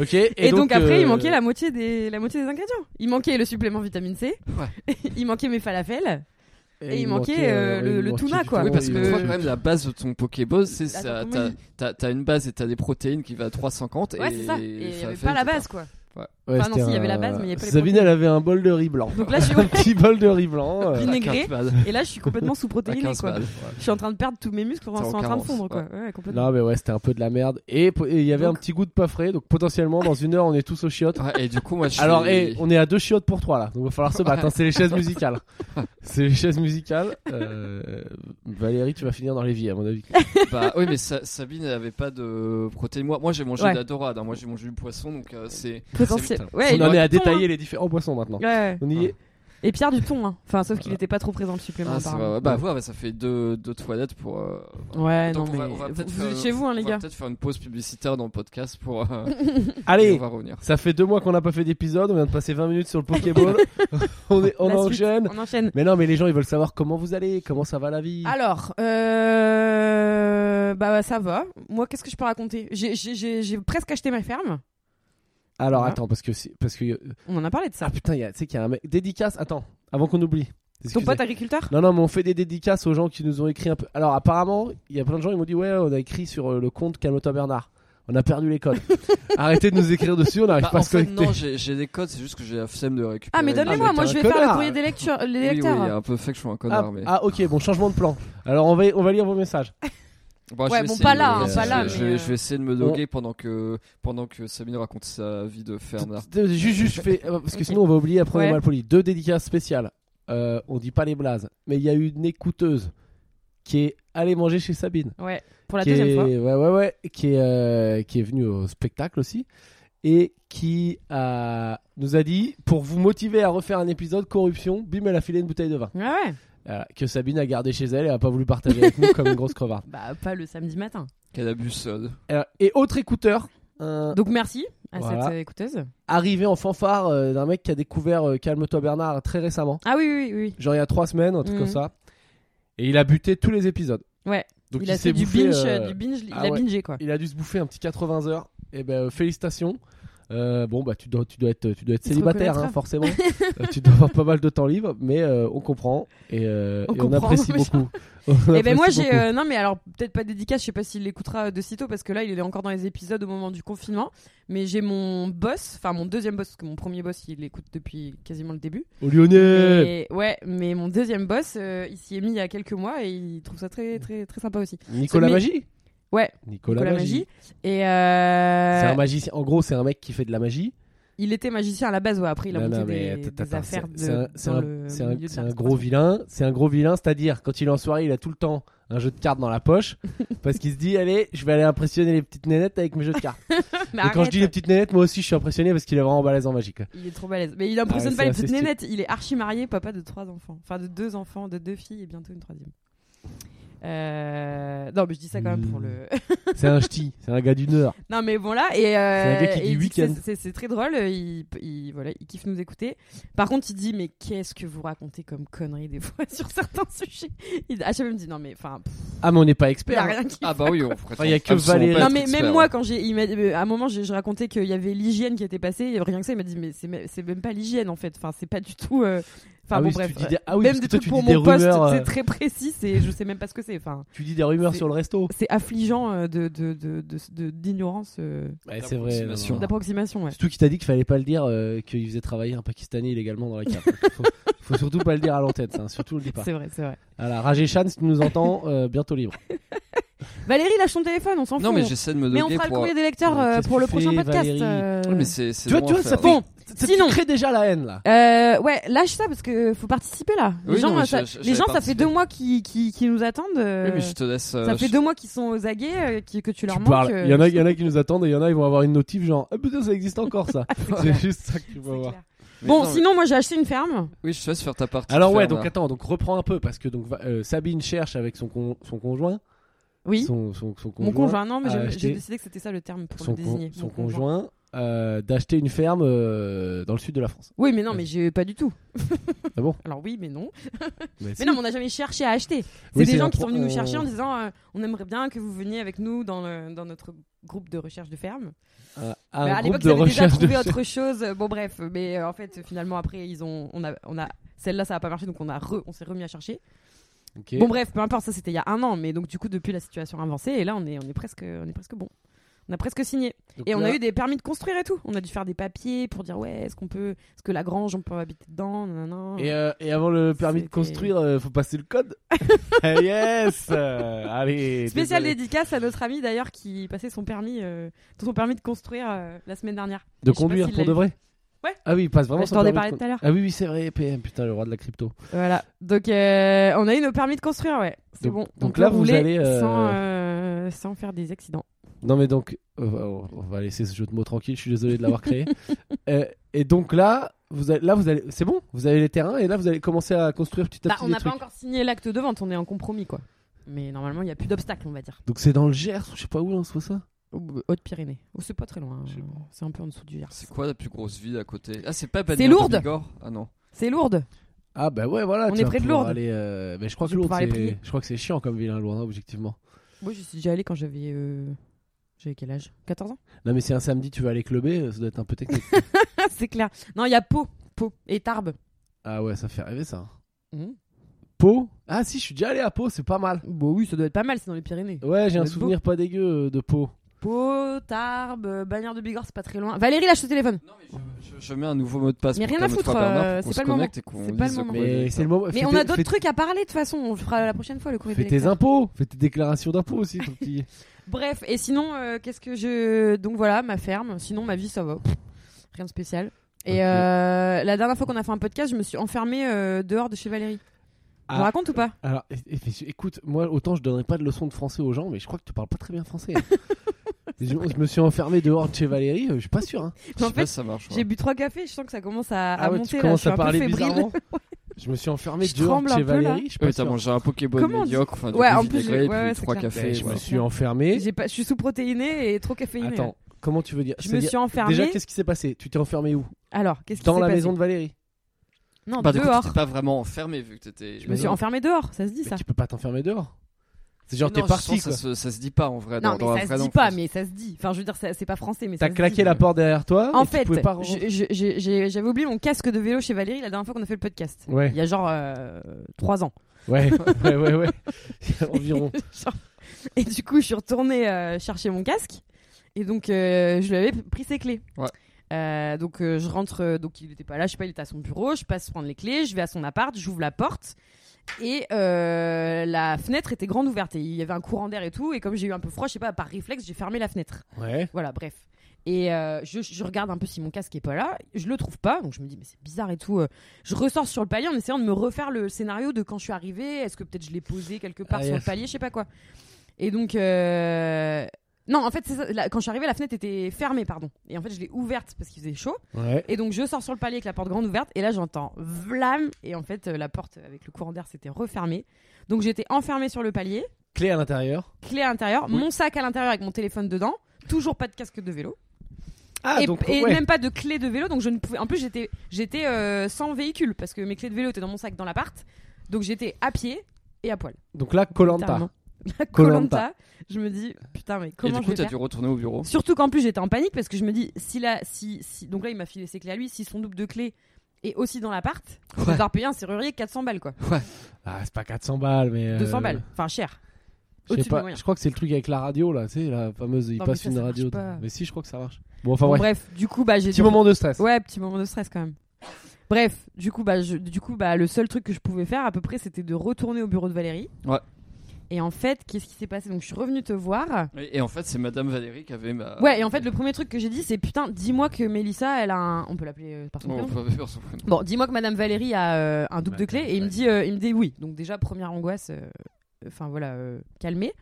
B: Ok. Et,
A: Et, donc, après,
B: euh,
A: il manquait la moitié, des, la moitié des ingrédients. Il manquait le supplément vitamine C,
C: Ouais.
A: il manquait mes falafels. et il manquait, euh, le-
B: il
A: le
B: manquait
A: tuna,
B: du
A: quoi.
B: thon,
C: Oui, parce
B: il
C: que
A: Euh,
C: toi,
B: manquait
C: quand
B: du
C: même, la base de ton Pokéball, c'est ça.
A: Attends,
C: T'as
A: oui.
C: t'as- t'as une base et t'as des protéines qui va à 3,50.
A: Ouais,
C: et
A: c'est ça. Et
C: ça
A: il n'y avait
C: fait
A: pas la
C: que t'as-
A: base quoi.
B: Ouais,
A: Enfin, non,
B: c'était
A: si, il y avait la
B: un-
A: base, mais il y avait pas les
B: Sabine,
A: protéines.
B: elle avait un bol de riz blanc.
A: Donc là, je suis-
B: un petit bol de riz blanc. euh,
A: Vinaigre.
C: À 15 balles.
A: Et là, je suis complètement sous
C: À
A: protéinée
C: 15
A: quoi.
C: balles.
A: Je suis en train de perdre tous mes muscles, ils
C: T'es en
A: sont en train de
C: carence,
A: fondre, quoi. Ouais, complètement.
B: Non, mais ouais, c'était un peu de la merde. Et po- et il y avait
A: Donc-
B: un petit goût de pas frais. Donc potentiellement, dans une heure, on est tous aux chiottes.
C: Ouais, et du coup, moi, je suis-
B: Alors, eh, on est à deux chiottes pour trois là. Donc, va falloir se battre. hein. C'est les chaises musicales. C'est les chaises musicales. Euh, Valérie, tu vas finir dans l'évier, à mon avis.
C: Bah oui, mais Sa- Sabine n'avait pas de protéines. Moi, moi j'ai mangé
A: Ouais.
C: de la dorade. hein. Moi, j'ai mangé du poisson, donc euh, c'est.
A: Potentiel.
B: Putain.
A: Ouais,
B: on en
C: bah,
A: du
B: est
C: hein.
B: à
A: thon,
B: détailler les différents poissons maintenant.
A: hein. Ouais, ouais.
B: On y est.
A: Et Pierre du thon, hein. Enfin, sauf qu'il était pas trop présent le supplément.
C: Ah, c'est
A: apparemment.
C: vrai. bah, ouais, bah, ça fait deux, deux toilettes pour. euh,
A: Ouais,
C: donc
A: non,
C: on va-
A: mais
C: on va peut-être
A: vous
C: faire-
A: êtes chez vous, hein, les
C: on va
A: gars.
C: peut-être faire une pause publicitaire dans le podcast pour. euh, et on
B: Allez,
C: va revenir.
B: ça fait deux mois qu'on n'a pas fait d'épisode. On vient de passer 20 minutes sur le Pokéball. on est, on
A: La suite.
B: enchaîne.
A: On enchaîne.
B: Mais non, mais les gens, ils veulent savoir comment vous allez, comment ça va la vie.
C: Ah.
A: Alors, euh... bah ça va. Moi, qu'est-ce que je peux raconter J'ai- J'ai j'ai- j'ai presque acheté ma ferme.
B: Alors,
C: Ah.
A: Voilà.
B: attends, parce que c'est- parce que
A: On en a parlé de ça.
B: ah putain, il y a- tu sais qu'il y a un mec dédicace. Attends, avant qu'on oublie.
A: Ton
B: Excusez.
A: pote agriculteur
B: Non, non, mais on fait des dédicaces aux gens qui nous ont écrit un peu. Alors, apparemment, il y a plein de gens, ils m'ont dit Ouais, on a écrit sur euh, le compte Calme-toi Bernard. On a perdu les codes. Arrêtez de nous écrire dessus, on n'arrive
C: Bah,
B: pas à
C: en
B: se
C: fait,
B: connecter.
C: non, j'ai j'ai des codes, c'est juste que j'ai la flemme de les récupérer.
A: Ah, mais
B: Ah,
A: donnez-moi,
B: mais
A: moi
B: t'es
A: je
B: un
A: vais faire le
B: connard.
A: courrier des, lectures, les
C: Oui, oui, il y
A: lecteurs.
C: a un peu fait que je suis un connard,
B: Ah,
C: mais.
B: ah, ok, bon, changement de plan. Alors, on va, on va lire vos messages.
C: Bon, je
A: Ouais,
C: vais
A: bon,
C: essayer
A: pas
C: de-
A: là,
B: hein,
C: je-
B: pas là,
C: Je,
A: mais,
C: vais-
A: euh,
C: je vais essayer de me doguer pendant que pendant que Sabine raconte sa vie de ferme.
B: Juste, juste, je fais. euh, Parce que sinon, on va oublier après,
A: Ouais.
B: on va le poli. Deux dédicaces spéciales. Euh, on dit pas les blazes, mais il y a une écouteuse qui est allée manger chez Sabine.
A: Ouais, pour la
B: hein. qui
A: deuxième
B: est,
A: fois.
B: Ouais, ouais, ouais, qui est, euh, qui est venu au spectacle aussi et qui a- nous a dit pour vous motiver à refaire un épisode corruption, bim, elle a filé une bouteille de vin
A: Ouais, Ah ouais.
B: Euh, que Sabine a gardé chez elle et a pas voulu partager avec nous comme une grosse crevarde.
A: Bah, pas le samedi matin.
C: Qu'elle abuse. euh,
B: Euh, et autre écouteur. un-
A: Donc, merci à
B: Voilà.
A: cette euh, écouteuse.
B: arrivé en fanfare euh, d'un mec qui a découvert euh, Calme-toi Bernard très récemment,
A: Ah, oui, oui, oui, oui.
B: genre il y a trois semaines, un truc
A: Mhm.
B: comme ça. Et il a buté tous les épisodes.
A: Ouais.
B: Donc
A: il a
B: s'est
A: fait du
B: bouffé,
A: binge,
B: euh,
A: euh, du binge il
B: ah
A: a
B: ouais.
A: bingé, quoi.
B: il a dû se bouffer un petit 80 heures. Et ben euh, félicitations. Euh, bon bah tu dois tu dois être tu dois être
A: Il se
B: célibataire
A: reconnaîtra.
B: hein, forcément. Euh, tu dois avoir pas mal de temps libre, mais euh, on comprend et, euh,
A: On
B: et
A: comprend,
B: apprécie
A: mais
B: beaucoup. On
A: Et ben moi
B: apprécie
A: j'ai
B: beaucoup.
A: euh, non mais alors peut-être pas dédicace, je sais pas s'il l'écoutera de sitôt parce que là il est encore dans les épisodes au moment du confinement, mais j'ai mon boss, enfin mon deuxième boss parce que mon premier boss il l'écoute depuis quasiment le début.
B: Au
A: Mais-
B: Lyonnais.
A: ouais, mais mon deuxième boss euh, il s'y est mis il y a quelques mois et il trouve ça très très très sympa aussi.
B: Nicolas
A: Mais-
B: Magie.
A: Ouais,
B: Nicolas,
A: Nicolas
B: Magie.
A: Magie. Et euh,
B: C'est un magicien. En gros, c'est un mec qui fait de la magie.
A: il était magicien à la base ouais, après il a
B: Non,
A: monté
B: non, mais
A: des,
B: attends,
A: des
B: attends,
A: affaires
B: c'est- c'est
A: de
B: un- c'est
A: dans
B: un-
A: le
B: c'est un-
A: milieu de
B: c'est un
A: la
B: gros vilain. C'est un gros vilain, c'est-à-dire quand il est en soirée, il a tout le temps un jeu de cartes dans la poche parce qu'il se dit allez, je vais aller impressionner les petites nénettes avec mes jeux de cartes.
A: Mais
B: Et quand je dis les
A: Bah, arrête,
B: petites nénettes, moi aussi je suis impressionné parce qu'il est vraiment balèze en magie. quoi.
A: Il est trop balèze. Mais il impressionne
B: Ah ouais,
A: pas les
B: c'est
A: petites
B: assez
A: nénettes. Il est archi marié, papa de trois enfants. Enfin, de deux enfants, de deux filles et bientôt une troisième. Euh, Non, mais je dis ça quand même pour le.
B: Hmm. C'est un ch'ti, c'est un gars du Nord.
A: non, mais bon, là. Et, euh,
B: C'est un gars qui
A: et
B: dit
A: il dit que
B: week-end.
A: c'est- C'est c'est très drôle. Il, il- voilà, il kiffe nous écouter. Par contre, il dit Mais qu'est-ce que vous racontez comme conneries des fois sur certains sujets Il à chaque fois, il me dit Non, mais enfin, pff,
B: Ah, mais on n'est pas
A: il a
B: expert.
A: rien qui.
C: Ah bah oui, on prétend.
B: Il y a que
C: absolument
B: Valérie.
C: pas
A: Non
C: être
A: mais
C: expert,
A: même
C: hein.
A: moi quand j'ai il m'a- euh, à un moment je, je racontais qu'il y avait l'hygiène qui était passée et rien que ça il m'a dit mais c'est me- c'est même pas l'hygiène en fait enfin c'est pas du tout euh, enfin
B: ah,
A: bon
B: oui,
A: bref
B: Tu dis des, ah oui,
A: même
B: parce
A: des
B: que toi,
A: trucs
B: tu
A: pour
B: dis des
A: mon poste,
B: rumeurs. euh,
A: c'est très précis, c'est je sais même pas ce que c'est. Enfin,
B: Tu dis des rumeurs
A: C'est-
B: sur le resto.
A: c'est affligeant euh, de de- de- de- de- d'ignorance, euh,
B: Ouais, c'est vrai. non,
C: D'approximation.
B: non.
A: d'approximation. Ouais.
B: Surtout qu'il t'a dit qu'il fallait pas le dire, euh, qu'il faisait travailler un Pakistanais illégalement dans la cave. faut, faut surtout pas le dire à l'antenne, ça, hein, surtout le dis pas.
A: C'est vrai, c'est vrai.
B: Voilà, Rajé Chan, si tu nous entends, euh, bientôt libre.
A: Valérie, lâche ton téléphone, on s'en fout.
C: Non, mais j'essaie de me
A: Mais on
C: doguer
A: fera le
C: pour.
A: courrier des lecteurs
B: Mais
A: euh,
B: qu'est-ce
A: pour le
B: que tu
A: prochain
B: fais,
A: podcast.
B: Valérie
A: euh,
C: Oui, mais c'est c'est
B: Tu vois,
C: long
B: tu
C: à
B: vois, ça
C: faire.
B: fait-
A: Bon,
B: Ça,
A: Sinon-
B: Tu crées déjà la haine là.
A: euh, ouais, lâche ça parce que euh, faut participer là. Les
C: Oui,
A: gens,
C: non, mais
A: ça,
C: je- je-
A: les gens,
C: j'avais
A: ça fait
C: participé.
A: deux mois qui qui, qui nous attendent. euh,
C: Oui, mais je te laisse. euh,
A: ça fait
C: je-
A: deux mois qu'ils sont aux aguets, euh, qui- que tu leur
B: Tu
A: manques.
B: parles.
A: euh,
B: Il y, en a, il y en a qui nous attendent et il y en a ils vont avoir une notif genre ah putain ça existe encore ça. c'est
A: clair.
B: juste ça que tu
A: c'est
B: vas voir.
A: clair.
C: Mais
A: Bon,
C: non, mais-
A: sinon, moi, j'ai acheté une ferme.
C: Oui, je te laisse faire ta partie.
B: Alors
C: de
B: ouais
C: ferme,
B: donc
C: là.
B: attends donc reprends un peu parce que donc va- euh, Sabine cherche avec son con- son conjoint
A: Oui.
B: son son, son
A: Mon conjoint, non, mais
B: a
A: j'ai-
B: acheté
A: j'ai décidé que c'était ça le terme pour
B: son,
A: le
B: con-
A: désigner.
B: son
A: mon
B: conjoint euh, d'acheter une ferme euh, dans le sud de la France.
A: Oui, mais non, mais j'ai pas du tout.
B: Ah bon
A: Alors oui, mais non.
B: si.
A: Mais non, mais on n'a jamais cherché à acheter. C'est
B: Oui,
A: des gens
B: un
A: qui sont
B: pro-
A: venus nous
B: euh,
A: chercher en disant euh, on aimerait bien que vous veniez avec nous dans, le- dans notre groupe de recherche de ferme.
B: euh,
A: mais
B: un
A: Bah, à
B: groupe
A: l'époque,
B: de
A: ils avaient déjà
B: recherche de
A: trouvé autre chose. Bon, bref, mais euh, en fait, finalement, après, ils ont, on a, on a, celle-là, ça n'a pas marché, donc on a, re- on s'est remis à chercher.
B: Ok.
A: Bon, bref, peu importe, ça c'était il y a un an, mais donc du coup, depuis la situation a avancé et là, on est, on est presque, on est presque bon. On a presque signé.
B: Donc
A: Et on
B: là-
A: a eu des permis de construire et tout. On a dû faire des papiers pour dire ouais, est-ce qu'on peut, est-ce que la grange on peut habiter dedans, nanana.
B: Et, euh, et avant le permis de
A: C'était-
B: construire, euh, faut passer le code. Eh yes Euh, Allez.
A: Spécial
B: désolé.
A: dédicace à notre ami d'ailleurs qui passait son permis, euh, son permis de construire euh, la semaine dernière. Je
B: de
A: sais pas
B: conduire
A: s'il
B: pour
A: l'a
B: de
A: eu.
B: vrai.
A: Ouais.
B: Ah oui, il passe vraiment
A: Bah, je
B: son
A: t'en ai
B: permis de
A: parlé tout à l'heure.
B: con- Ah oui, oui, c'est vrai, PM, putain, le roi de la crypto.
A: Voilà. Donc euh, on a eu nos permis de construire, ouais. C'est
B: Donc-
A: bon.
B: donc là,
A: on
B: vous
A: roulait
B: allez, euh,
A: sans, euh, sans faire des accidents.
B: Non mais donc, euh, on on va laisser ce jeu de mots tranquille. Je suis désolé de l'avoir créé. Euh, et donc là, vous allez, là vous allez, c'est bon, vous avez les terrains et là vous allez commencer à construire petit à
A: Bah,
B: petit
A: on
B: des
A: n'a pas
B: trucs.
A: encore signé l'acte de vente, on est en compromis quoi. Mais normalement il n'y a plus d'obstacle, on va dire.
B: Donc c'est dans le Gers, je sais pas où, hein, soit ça.
A: Haute-Pyrénées. Oh, c'est pas très loin.
C: Je sais pas.
A: C'est un peu en dessous du Gers.
C: C'est quoi la plus grosse ville à côté Ah, c'est pas Bagnères
A: C'est
C: de
A: Lourdes
C: Bigorre Ah non.
A: C'est lourde.
B: Ah bah ouais, voilà.
A: On
B: tu
A: est
B: vas
A: près de
B: pouvoir
A: Lourdes.
B: aller, euh, Mais je crois que
A: Je vais
B: Lourdes,
A: pouvoir aller
B: c'est-
A: prier.
B: je crois que c'est chiant comme ville, hein, Lourdes, hein, objectivement.
A: Moi j'y suis déjà allée quand j'avais. euh, J'avais quel âge 14 ans
B: Non mais c'est un samedi, tu vas aller clubber, euh, ça doit être un peu technique.
A: Ah, C'est clair. Non, il y a Pau. Pau et Tarbes.
B: ah ouais, ça fait rêver ça. Mmh.
A: Mhm.
B: Pau Ah si, je suis déjà allé à Pau, c'est pas mal.
A: Bon, Bah oui, ça doit être pas mal, c'est dans les Pyrénées.
B: Ouais, j'ai
A: doit
B: un
A: être
B: souvenir pas dégueu euh, de Pau.
A: Pau, Tarbes, euh, Bagnères de Bigorre, c'est pas très loin. Valérie, lâche le téléphone.
C: Non, mais je, je- je mets un nouveau mot de passe.
A: Mais
C: pour
A: rien
C: ta
A: à
C: note
A: foutre,
C: fois, Bernard,
A: euh,
C: pour qu'on
A: c'est
C: se
A: pas le
C: connecte et qu'on
A: C'est pas
C: dise
A: le moment.
C: quoi il
B: Mais
C: est.
B: c'est le moment.
A: Mais
B: fais
A: on
B: tes-
A: a d'autres
B: fais-
A: trucs à parler de toute façon, on le fera la prochaine fois le courrier
B: Fais
A: des
B: tes
A: lecteurs.
B: impôts, fais tes déclarations d'impôts aussi, ton petit.
A: Bref, et sinon, euh, qu'est-ce que je. Donc voilà, ma ferme. Sinon, ma vie, ça va. Pff, Rien de spécial. Et
B: Ok.
A: euh, la dernière fois qu'on a fait un podcast, je me suis enfermée euh, dehors de chez Valérie. Je
B: Ah.
A: vous raconte ou pas
B: Alors, é- é- écoute, moi, autant je donnerais pas de leçons de français aux gens, mais je crois que tu parles pas très bien français. hein. je, je me suis enfermé dehors de chez Valérie, euh, je suis pas sûr. hein.
C: Je
A: En
C: sais pas
A: fait,
C: si ça marche. ouais.
A: J'ai bu trois cafés, je sens que ça commence à, à
B: Ah ouais,
A: monter
B: tu
A: là, je
B: commences
A: suis
B: à
A: un peu
B: parler
A: fébrile.
B: bizarrement. Je me suis enfermé
A: Je
B: dehors de
A: tremble un
B: chez
A: peu, là.
B: Valérie, je suis
C: Ouais,
B: pas
C: Ah t'as
B: sûr.
C: mangé un Pokéball
A: Comment on dit
C: médiocre, enfin du
A: Ouais, en
C: ouais,
A: plus,
C: degrés,
A: j'ai- ouais,
C: et
A: ouais,
C: puis
A: c'est
C: 3
A: clair.
B: Et
C: cafés.
B: je
C: ouais.
B: me suis enfermé.
A: J'ai pas, je suis sous-protéinée et trop caféinée.
B: Attends, comment tu veux dire
A: Je me
B: C'est-à-dire-
A: suis enfermée.
B: Déjà, qu'est-ce qui s'est passé Tu t'es enfermé où
A: Alors, qu'est-ce qui
B: Dans
A: s'est
B: la
A: passé
B: maison de Valérie.
A: Non,
C: Bah, du coup,
A: dehors.
C: t'étais pas vraiment enfermé vu que t'étais.
A: Je me suis
B: Mais non.
A: enfermée dehors, ça se dit
B: Mais
A: ça.
B: Bah, tu peux pas t'enfermer dehors. C'est
C: Mais
B: genre, t'es
C: non,
B: parti
C: je
B: quoi.
C: pense que Ça se, ça se dit pas en vrai.
A: Non,
C: dans- dans la
A: mais ça
C: vraie
A: se dit
C: langue
A: pas,
C: française.
A: mais ça se dit. Enfin, je veux dire, ça- c'est pas français, mais
B: T'as
A: ça se
B: claqué
A: dit.
B: la porte derrière toi.
A: En
B: et
A: fait,
B: tu pouvais pas re-
A: je- je- j'ai- j'ai- j'avais oublié mon casque de vélo chez Valérie la dernière fois qu'on a fait le podcast.
B: Ouais,
A: Il y a genre 3 ans.
B: ouais, ouais, ouais, ouais. Environ.
A: Genre- Et du coup, je suis retournée euh, chercher mon casque. Et donc, euh, je lui avais pris ses clés.
C: Ouais.
A: Euh, donc, euh, je rentre. euh, donc, il n'était pas là. Je sais pas, il était à son bureau. Je passe prendre les clés. Je vais à son appart. J'ouvre la porte. Et euh, la fenêtre était grande ouverte. Et il y avait un courant d'air et tout. Et comme j'ai eu un peu froid, je sais pas, par réflexe, j'ai fermé la fenêtre.
B: Ouais.
A: Voilà, bref. Et euh, je, je regarde un peu si mon casque est pas là. Je le trouve pas, donc je me dis mais c'est bizarre et tout. Euh, Je ressors sur le palier en essayant de me refaire le scénario de quand je suis arrivée. Est-ce que peut-être je l'ai posé quelque part
B: Ah,
A: sur
B: yes.
A: le palier, je sais pas quoi. Et donc euh, non, en fait c'est ça. La- quand je suis arrivée, la fenêtre était fermée, pardon. Et en fait je l'ai ouverte parce qu'il faisait chaud.
B: Ouais.
A: Et donc je sors sur le palier avec la porte grande ouverte et là j'entends vlam et en fait euh, la porte avec le courant d'air s'était refermée. Donc j'étais enfermée sur le palier,
B: Clé à l'intérieur.
A: clé à l'intérieur, mon sac à l'intérieur avec mon téléphone dedans, toujours pas de casque de vélo
B: Ah,
A: et,
B: donc,
A: et
B: ouais.
A: même pas de clé de vélo donc je ne pouvais en plus j'étais j'étais euh, sans véhicule parce que mes clés de vélo étaient dans mon sac dans l'appart donc j'étais à pied et à poil
B: donc là, Colanta.
A: littéralement. La
B: Koh-Lanta.
A: Koh-Lanta, je me dis putain mais
C: Et
A: comment je
C: du coup,
A: vais
C: t'as
A: faire
C: dû retourner au bureau.
A: surtout qu'en plus j'étais en panique parce que je me dis si là si, si donc là il m'a filé ses clés à lui si son double de clés est aussi dans l'appart je vais
C: Ouais.
A: devoir payer un serrurier 400 balles quoi
B: Ah, c'est pas 400 balles, mais. euh,
A: 200 balles enfin cher
B: Je sais
A: au-dessus de
B: pas,
A: mes moyens.
B: je crois que c'est le truc avec la radio là, tu sais, la fameuse, il
A: Non, mais
B: passe
A: ça,
B: une
A: ça marche
B: radio.
A: pas.
B: Mais si, je crois que ça marche. Bon, enfin,
A: Bon,
B: bref.
A: bref du coup bah j'ai
B: Petit moment de stress.
A: Ouais, petit moment de stress quand même. Bref, du coup, bah, je- du coup, bah, le seul truc que je pouvais faire à peu près, c'était de retourner au bureau de Valérie.
C: Ouais.
A: Et en fait, qu'est-ce qui s'est passé Donc, je suis revenue te
B: Euh,
A: voir.
C: Et et en fait, c'est Madame Valérie qui avait ma.
A: Ouais, et en fait, le premier truc que j'ai dit, c'est putain, dis-moi que Mélissa, elle a un. On peut l'appeler euh, par son
C: Non,
A: prénom.
C: on peut pas faire son prénom.
A: Bon, dis-moi que Madame Valérie a euh, un double de clé.
B: Oh. Madame
A: Et il me dit, euh, il me dit oui. Donc, déjà, première angoisse. euh, Enfin voilà, euh, calmée.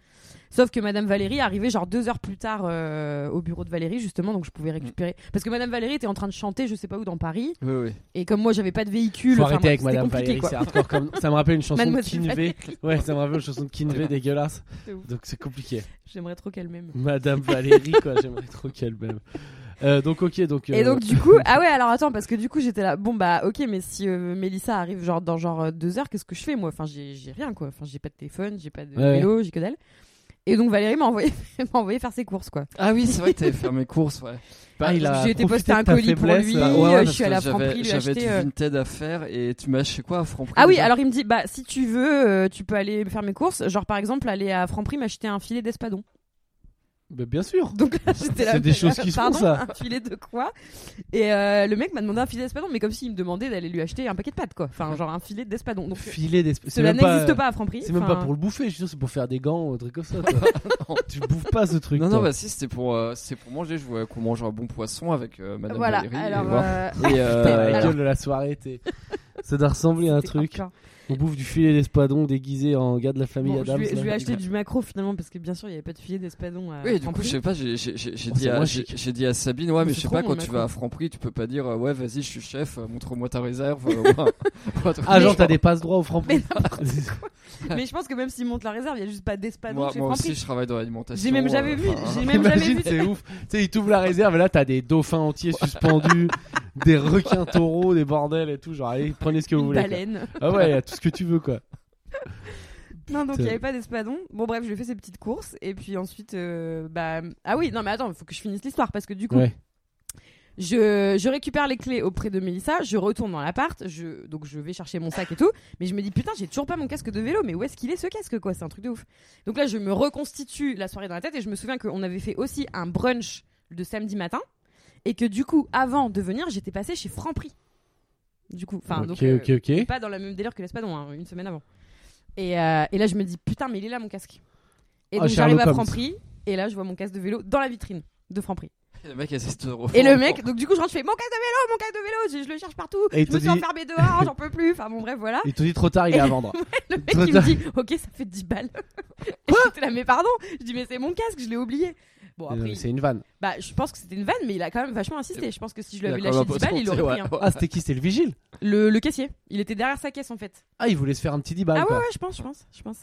A: Sauf que Madame Valérie est arrivée genre deux heures plus tard euh, au bureau de Valérie justement, donc je pouvais récupérer. Parce que Madame Valérie était en train de chanter, je sais pas où dans Paris.
C: Oui, oui.
A: Et comme moi j'avais pas de véhicule,
B: Faut
A: enfin,
B: arrêter avec
A: bref, c'était
B: Madame
A: compliqué
B: Valérie,
A: quoi.
B: c'est hardcore comme. Ça me rappelle une chanson de
A: Mademoiselle
B: Kinvé. Ouais, ça me rappelle une chanson de Kinvé dégueulasse.
A: C'est ouf.
B: Donc c'est compliqué.
A: J'aimerais trop qu'elle m'aime.
B: Madame Valérie, quoi, j'aimerais trop qu'elle m'aime. Euh, donc, ok, donc.
A: Et
B: euh,
A: donc du coup, ah ouais, alors attends parce que du coup j'étais là, bon bah ok, mais si euh, Mélissa arrive genre dans genre euh, deux heures, qu'est-ce que je fais moi Enfin j'ai j'ai rien quoi, enfin j'ai pas de téléphone, j'ai pas de
B: Ouais.
A: vélo, j'ai que dalle. Et donc Valérie m'a envoyé, m'a envoyé faire ses courses quoi.
C: Ah oui, c'est vrai que t'avais fait mes courses, ouais. Bah,
B: bah, il a
A: ah, J'ai été
B: profité
A: poster
B: de
A: un
B: ta
A: colis pour
B: faiblesse,
A: lui,
B: là.
A: euh,
B: Ouais,
A: je
C: parce
A: suis
C: que
A: allée à
C: j'avais-
A: Franprix lui
C: J'avais
A: acheter,
C: du
A: euh,
C: Vinted à faire et tu m'as acheté quoi à Franprix
A: Ah oui,
C: déjà
A: alors il me dit bah si tu veux, euh, tu peux aller faire mes courses, genre par exemple aller à Franprix m'acheter un filet d'espadon.
B: Bah, bien sûr.
A: Donc là, j'étais là.
B: C'est des
A: putain,
B: choses qui se
A: pardon, Ah,
B: font, ça.
A: Un filet de quoi Et euh, le mec m'a demandé un filet d'espadon, mais comme s'il me demandait d'aller lui acheter un paquet de pâtes, quoi. Enfin, genre un filet d'espadon. Donc euh,
B: Filet d'esp- c'est
A: cela
B: même pas-
A: n'existe pas, à Franprix.
B: C'est même
A: Enfin,
B: pas pour le bouffer, je suis sûr, c'est pour faire des gants ou un truc comme ça. toi. Non, tu bouffes pas ce truc.
C: Non, non,
B: toi.
C: bah si, c'était pour, euh, c'était pour manger. Je voulais qu'on mange un bon poisson avec euh, Madame
A: Voilà.
C: Valérie. et
A: Alors.
C: voilà.
A: euh,
C: Et,
B: Putain, la
C: euh,
B: gueule de la soirée, t'es- ça doit ressembler à un
A: c'était
B: truc.
A: hardcore.
B: On bouffe du filet d'espadon déguisé en gars de la famille
A: hein. Bon, je
B: Adams.
A: lui ai- je
B: là.
A: lui ai acheté du macro finalement parce que bien sûr il n'y avait pas de filet d'espadon. à
C: Oui, du coup,
A: Franprix.
C: je sais pas, j'ai j'ai- j'ai- j'ai
B: Oh,
C: dit,
B: c'est
C: à-
B: moins
C: j'ai-
B: chic.
C: j'ai dit à Sabine, ouais,
A: Mais
C: mais
A: c'est
C: je sais
A: trop
C: pas,
A: bon,
C: quand
A: le
C: tu
A: Macron.
C: vas à Franprix, tu peux pas dire, euh, ouais, vas-y, je suis chef, euh, montre-moi ta réserve. euh, ou un- ou un truc
B: Ah,
C: comme
B: genre,
C: ça.
B: t'as des passes droits au franc
A: Mais Mais je pense que même s'il monte la réserve, il n'y a juste pas d'espadon
C: Moi,
A: chez
C: moi
A: Franprix.
C: aussi, je travaille dans l'alimentation.
A: J'ai même
C: euh,
A: jamais vu,
C: enfin,
A: j'ai même jamais
B: Imagine,
A: vu.
B: c'est ouf. Tu sais, ils t'ouvrent la réserve et là, t'as des dauphins entiers suspendus, des requins taureaux, des bordels et tout. Genre, allez, prenez ce que vous
A: Une
B: voulez. quoi.
A: baleine.
B: Ah ouais, y a tout ce que tu veux, quoi.
A: Non, donc il
B: Putain.
A: n'y avait pas d'espadon. Bon, bref, je lui ai fait ces petites courses. Et puis ensuite, euh, bah. Ah oui, non, mais attends, il faut que je finisse l'histoire parce que du coup,
B: Ouais.
A: je, je récupère les clés auprès de Mélissa, je retourne dans l'appart, je, donc je vais chercher mon sac et tout. Mais je me dis, putain, j'ai toujours pas mon casque de vélo, mais où est-ce qu'il est ce casque, quoi C'est un truc de ouf. Donc là, je me reconstitue la soirée dans la tête et je me souviens qu'on avait fait aussi un brunch de samedi matin. Et que du coup, avant de venir, j'étais passée chez Franprix. Du coup, enfin,
B: ok,
A: donc. euh,
B: ok, ok.
A: pas dans la même délire que l'espadon, hein, une semaine avant. Et, euh, et là, je me dis, putain, mais il est là mon casque. Et
B: Ah,
A: donc,
B: Sherlock
A: j'arrive à
B: Holmes.
A: Franprix, et là, je vois mon casque de vélo dans la vitrine de Franprix.
C: Le mec, essaie de te
A: Et
C: refondre.
A: le mec, donc du coup, je rentre, je fais mon casque de vélo, mon casque de vélo, je, je le cherche partout,
B: Et il
A: je
B: te
A: me suis
B: dit-
A: enfermé dehors, j'en peux plus, enfin bon, bref, voilà.
B: Il te dit trop tard, il est à vendre.
A: Le mec,
B: Trop
A: il me
B: tard.
A: dit, ok, ça fait 10 balles. Et j'étais là, mais pardon, je dis, mais c'est mon casque, je l'ai oublié. Bon,
B: Non,
A: après,
B: mais
A: il-
B: C'est une vanne.
A: bah, je pense que c'était une vanne, mais il a quand même vachement insisté. Je pense que si je lui
C: Il a
A: avais
C: quand même
A: lâché
C: un peu
A: 10 balles, il
C: tenté,
A: aurait pris.
C: ouais,
A: hein.
C: ouais.
B: Ah, c'était qui C'était le vigile
A: Le, le caissier, il était derrière sa caisse en fait.
B: Ah, il voulait se faire un petit 10 balles,
A: Ah ouais,
B: quoi.
A: ouais, je pense, je pense, je pense.